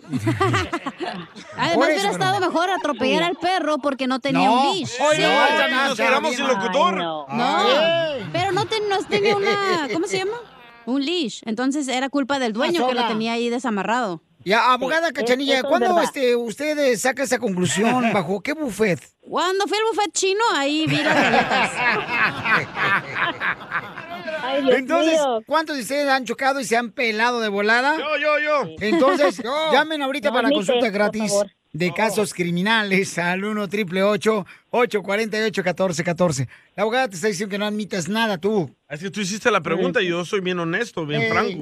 Además,
Por eso,
hubiera estado mejor atropellar al perro porque no tenía
No.
un leash.
Ay, no, ya nos
Ay,
quedamos sin locutor. Ay, no.
Ah.
No, pero no, ten- no tenía una... ¿Cómo se llama? Un leash. Entonces era culpa del dueño que lo
soga.
tenía ahí desamarrado.
Y a- abogada
Sí,
Cachanilla,
Eh, eso es
¿cuándo
verdad.
este, usted eh, saca
*laughs*
esa conclusión? ¿Bajo qué buffet?
Cuando fui al buffet chino, ahí vi las galletas.
*laughs* Entonces, ¿cuántos de ustedes han chocado y se han pelado de volada?
Yo, yo, yo.
Entonces,
*laughs* Yo.
llamen ahorita
No,
para
ni
consulta
te, por
gratis
favor.
de casos criminales al 1 triple 848 1414 La abogada te está diciendo que no admitas nada tú.
Es que tú hiciste la pregunta y yo soy bien honesto, bien
Ey. ah.
franco.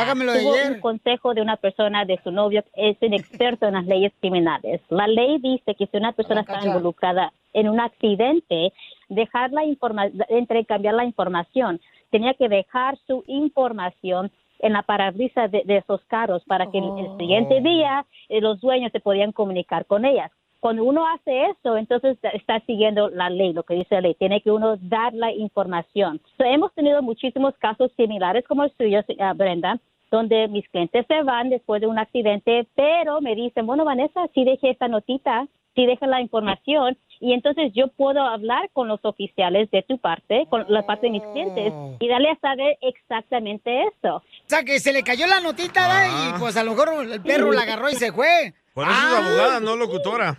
Págamelo
Tuvo
ayer.
un consejo de una persona de su novio es un experto en las leyes criminales. La ley dice que si una persona está involucrada en un accidente, dejar la información, entrecambiar la información. Tenía que dejar su información en la parabrisa de, de esos carros para que el- el siguiente día eh, los dueños se podían comunicar con ellas. Cuando uno hace eso, entonces está- está siguiendo la ley, lo que dice la ley. Tiene que uno dar la información. So, hemos tenido muchísimos casos similares como el suyo, se- ah, Brenda, donde mis clientes se van después de un accidente, pero me dicen, bueno, Vanessa, sí dejé esta notita, sí dejé la información, y entonces yo puedo hablar con los oficiales de tu parte, con la parte de mis clientes, y darle a saber exactamente eso.
Oh. O sea, que se le cayó la notita, ¿verdad? y pues a lo mejor el perro la agarró y se fue.
Uh.
Ah,
Por eso es abogada, no locutora.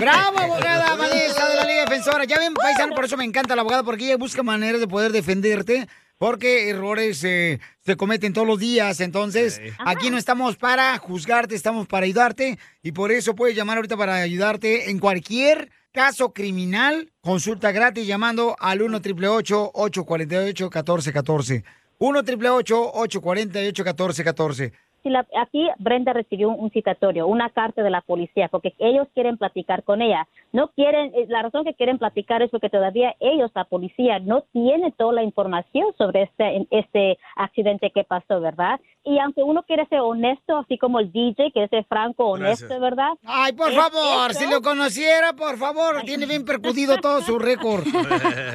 Bravo, abogada Vanessa de la Liga Defensora. Ya ven, paisano, por eso me encanta la abogada, porque ella busca maneras de poder defenderte, porque errores eh, se cometen todos los días. Entonces, aquí no estamos para juzgarte, estamos para ayudarte. Y por eso puedes llamar ahorita para ayudarte en cualquier caso criminal. Consulta gratis llamando al 1 888 848 1414 1 888 848 1414
Si la- aquí Brenda recibió un, un citatorio, una carta de la policía, porque ellos quieren platicar con ella. No quieren, eh, la razón que quieren platicar es porque todavía ellos, la policía, no tiene toda la información sobre este, en- este accidente que pasó, ¿verdad? Y aunque uno quiere ser honesto, así como el DJ, quiere ser franco, honesto,
Gracias.
este, ¿verdad?
Ay, por
Es
favor,
eso.
si lo conociera, por favor, tiene bien percudido todo su récord.
*laughs*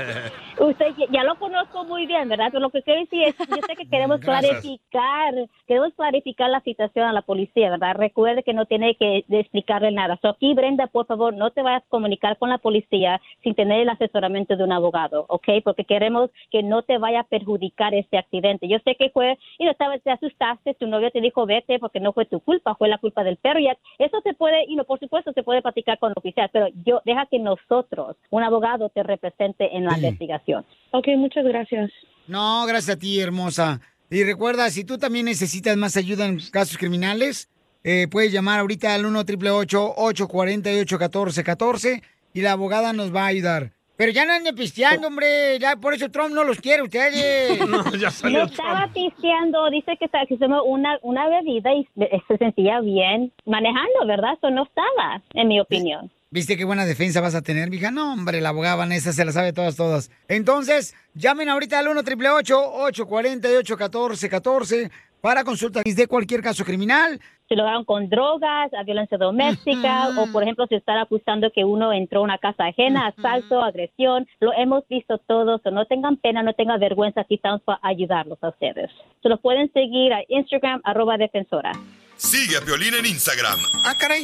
Usted ya- ya lo conozco muy bien, ¿verdad? Pero lo que quiero decir es, yo sé que queremos
*laughs* Gracias.
clarificar, queremos clarificar la situación a la policía, ¿verdad? Recuerde que no tiene que de explicarle nada. So, aquí, Brenda, por favor, no te vayas a comunicar con la policía sin tener el asesoramiento de un abogado, ¿ok? Porque queremos que no te vaya a perjudicar este accidente. Yo sé que fue, y no estaba, te asustaste, tu novio te dijo vete porque no fue tu culpa, fue la culpa del perro. Y eso se puede, y no, por supuesto, se puede platicar con el oficial, pero yo, deja que nosotros, un abogado, te represente en la investigación.
Ok, muchas gracias.
No, gracias a ti, hermosa. Y recuerda, si tú también necesitas más ayuda en casos criminales, eh, puedes llamar ahorita al 1 888 848 1414 y la abogada nos va a ayudar. Pero ya no anden pisteando, hombre. Ya por eso Trump no los quiere
*laughs*
ustedes.
no, ya
No estaba pisteando, dice que estaba que se tomó una, una bebida y se se sentía bien manejando, ¿verdad? Eso no estaba, en mi opinión.
¿Viste qué buena defensa vas a tener, mija? No, hombre, la abogada Vanessa se la sabe todas, todas. Entonces, llamen ahorita al 1 848 1414 para consultas de cualquier caso criminal.
Si lo hagan con drogas, a violencia doméstica o, por ejemplo, si están acusando que uno entró a una casa ajena, asalto, agresión. Lo hemos visto todos. So, no tengan pena, no tengan vergüenza. Aquí estamos para ayudarlos a ustedes. Se los pueden seguir a Instagram, arroba defensora.
Sigue a Piolín en Instagram,
Ah, caray.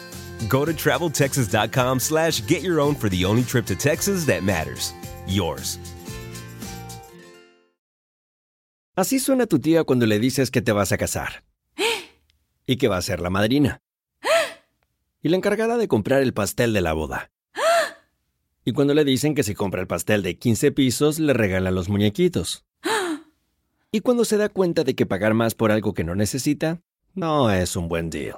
Go to traveltexas.com slash get your own for the only trip to Texas that matters. Yours.
Así suena tu tía cuando le dices que te vas a casar. Y que va a ser la madrina. Y la encargada de comprar el pastel de la boda. Y cuando le dicen que si compra el pastel de 15 pisos, le regalan los muñequitos. Y cuando se da cuenta de que pagar más por algo que no necesita, no es un buen deal.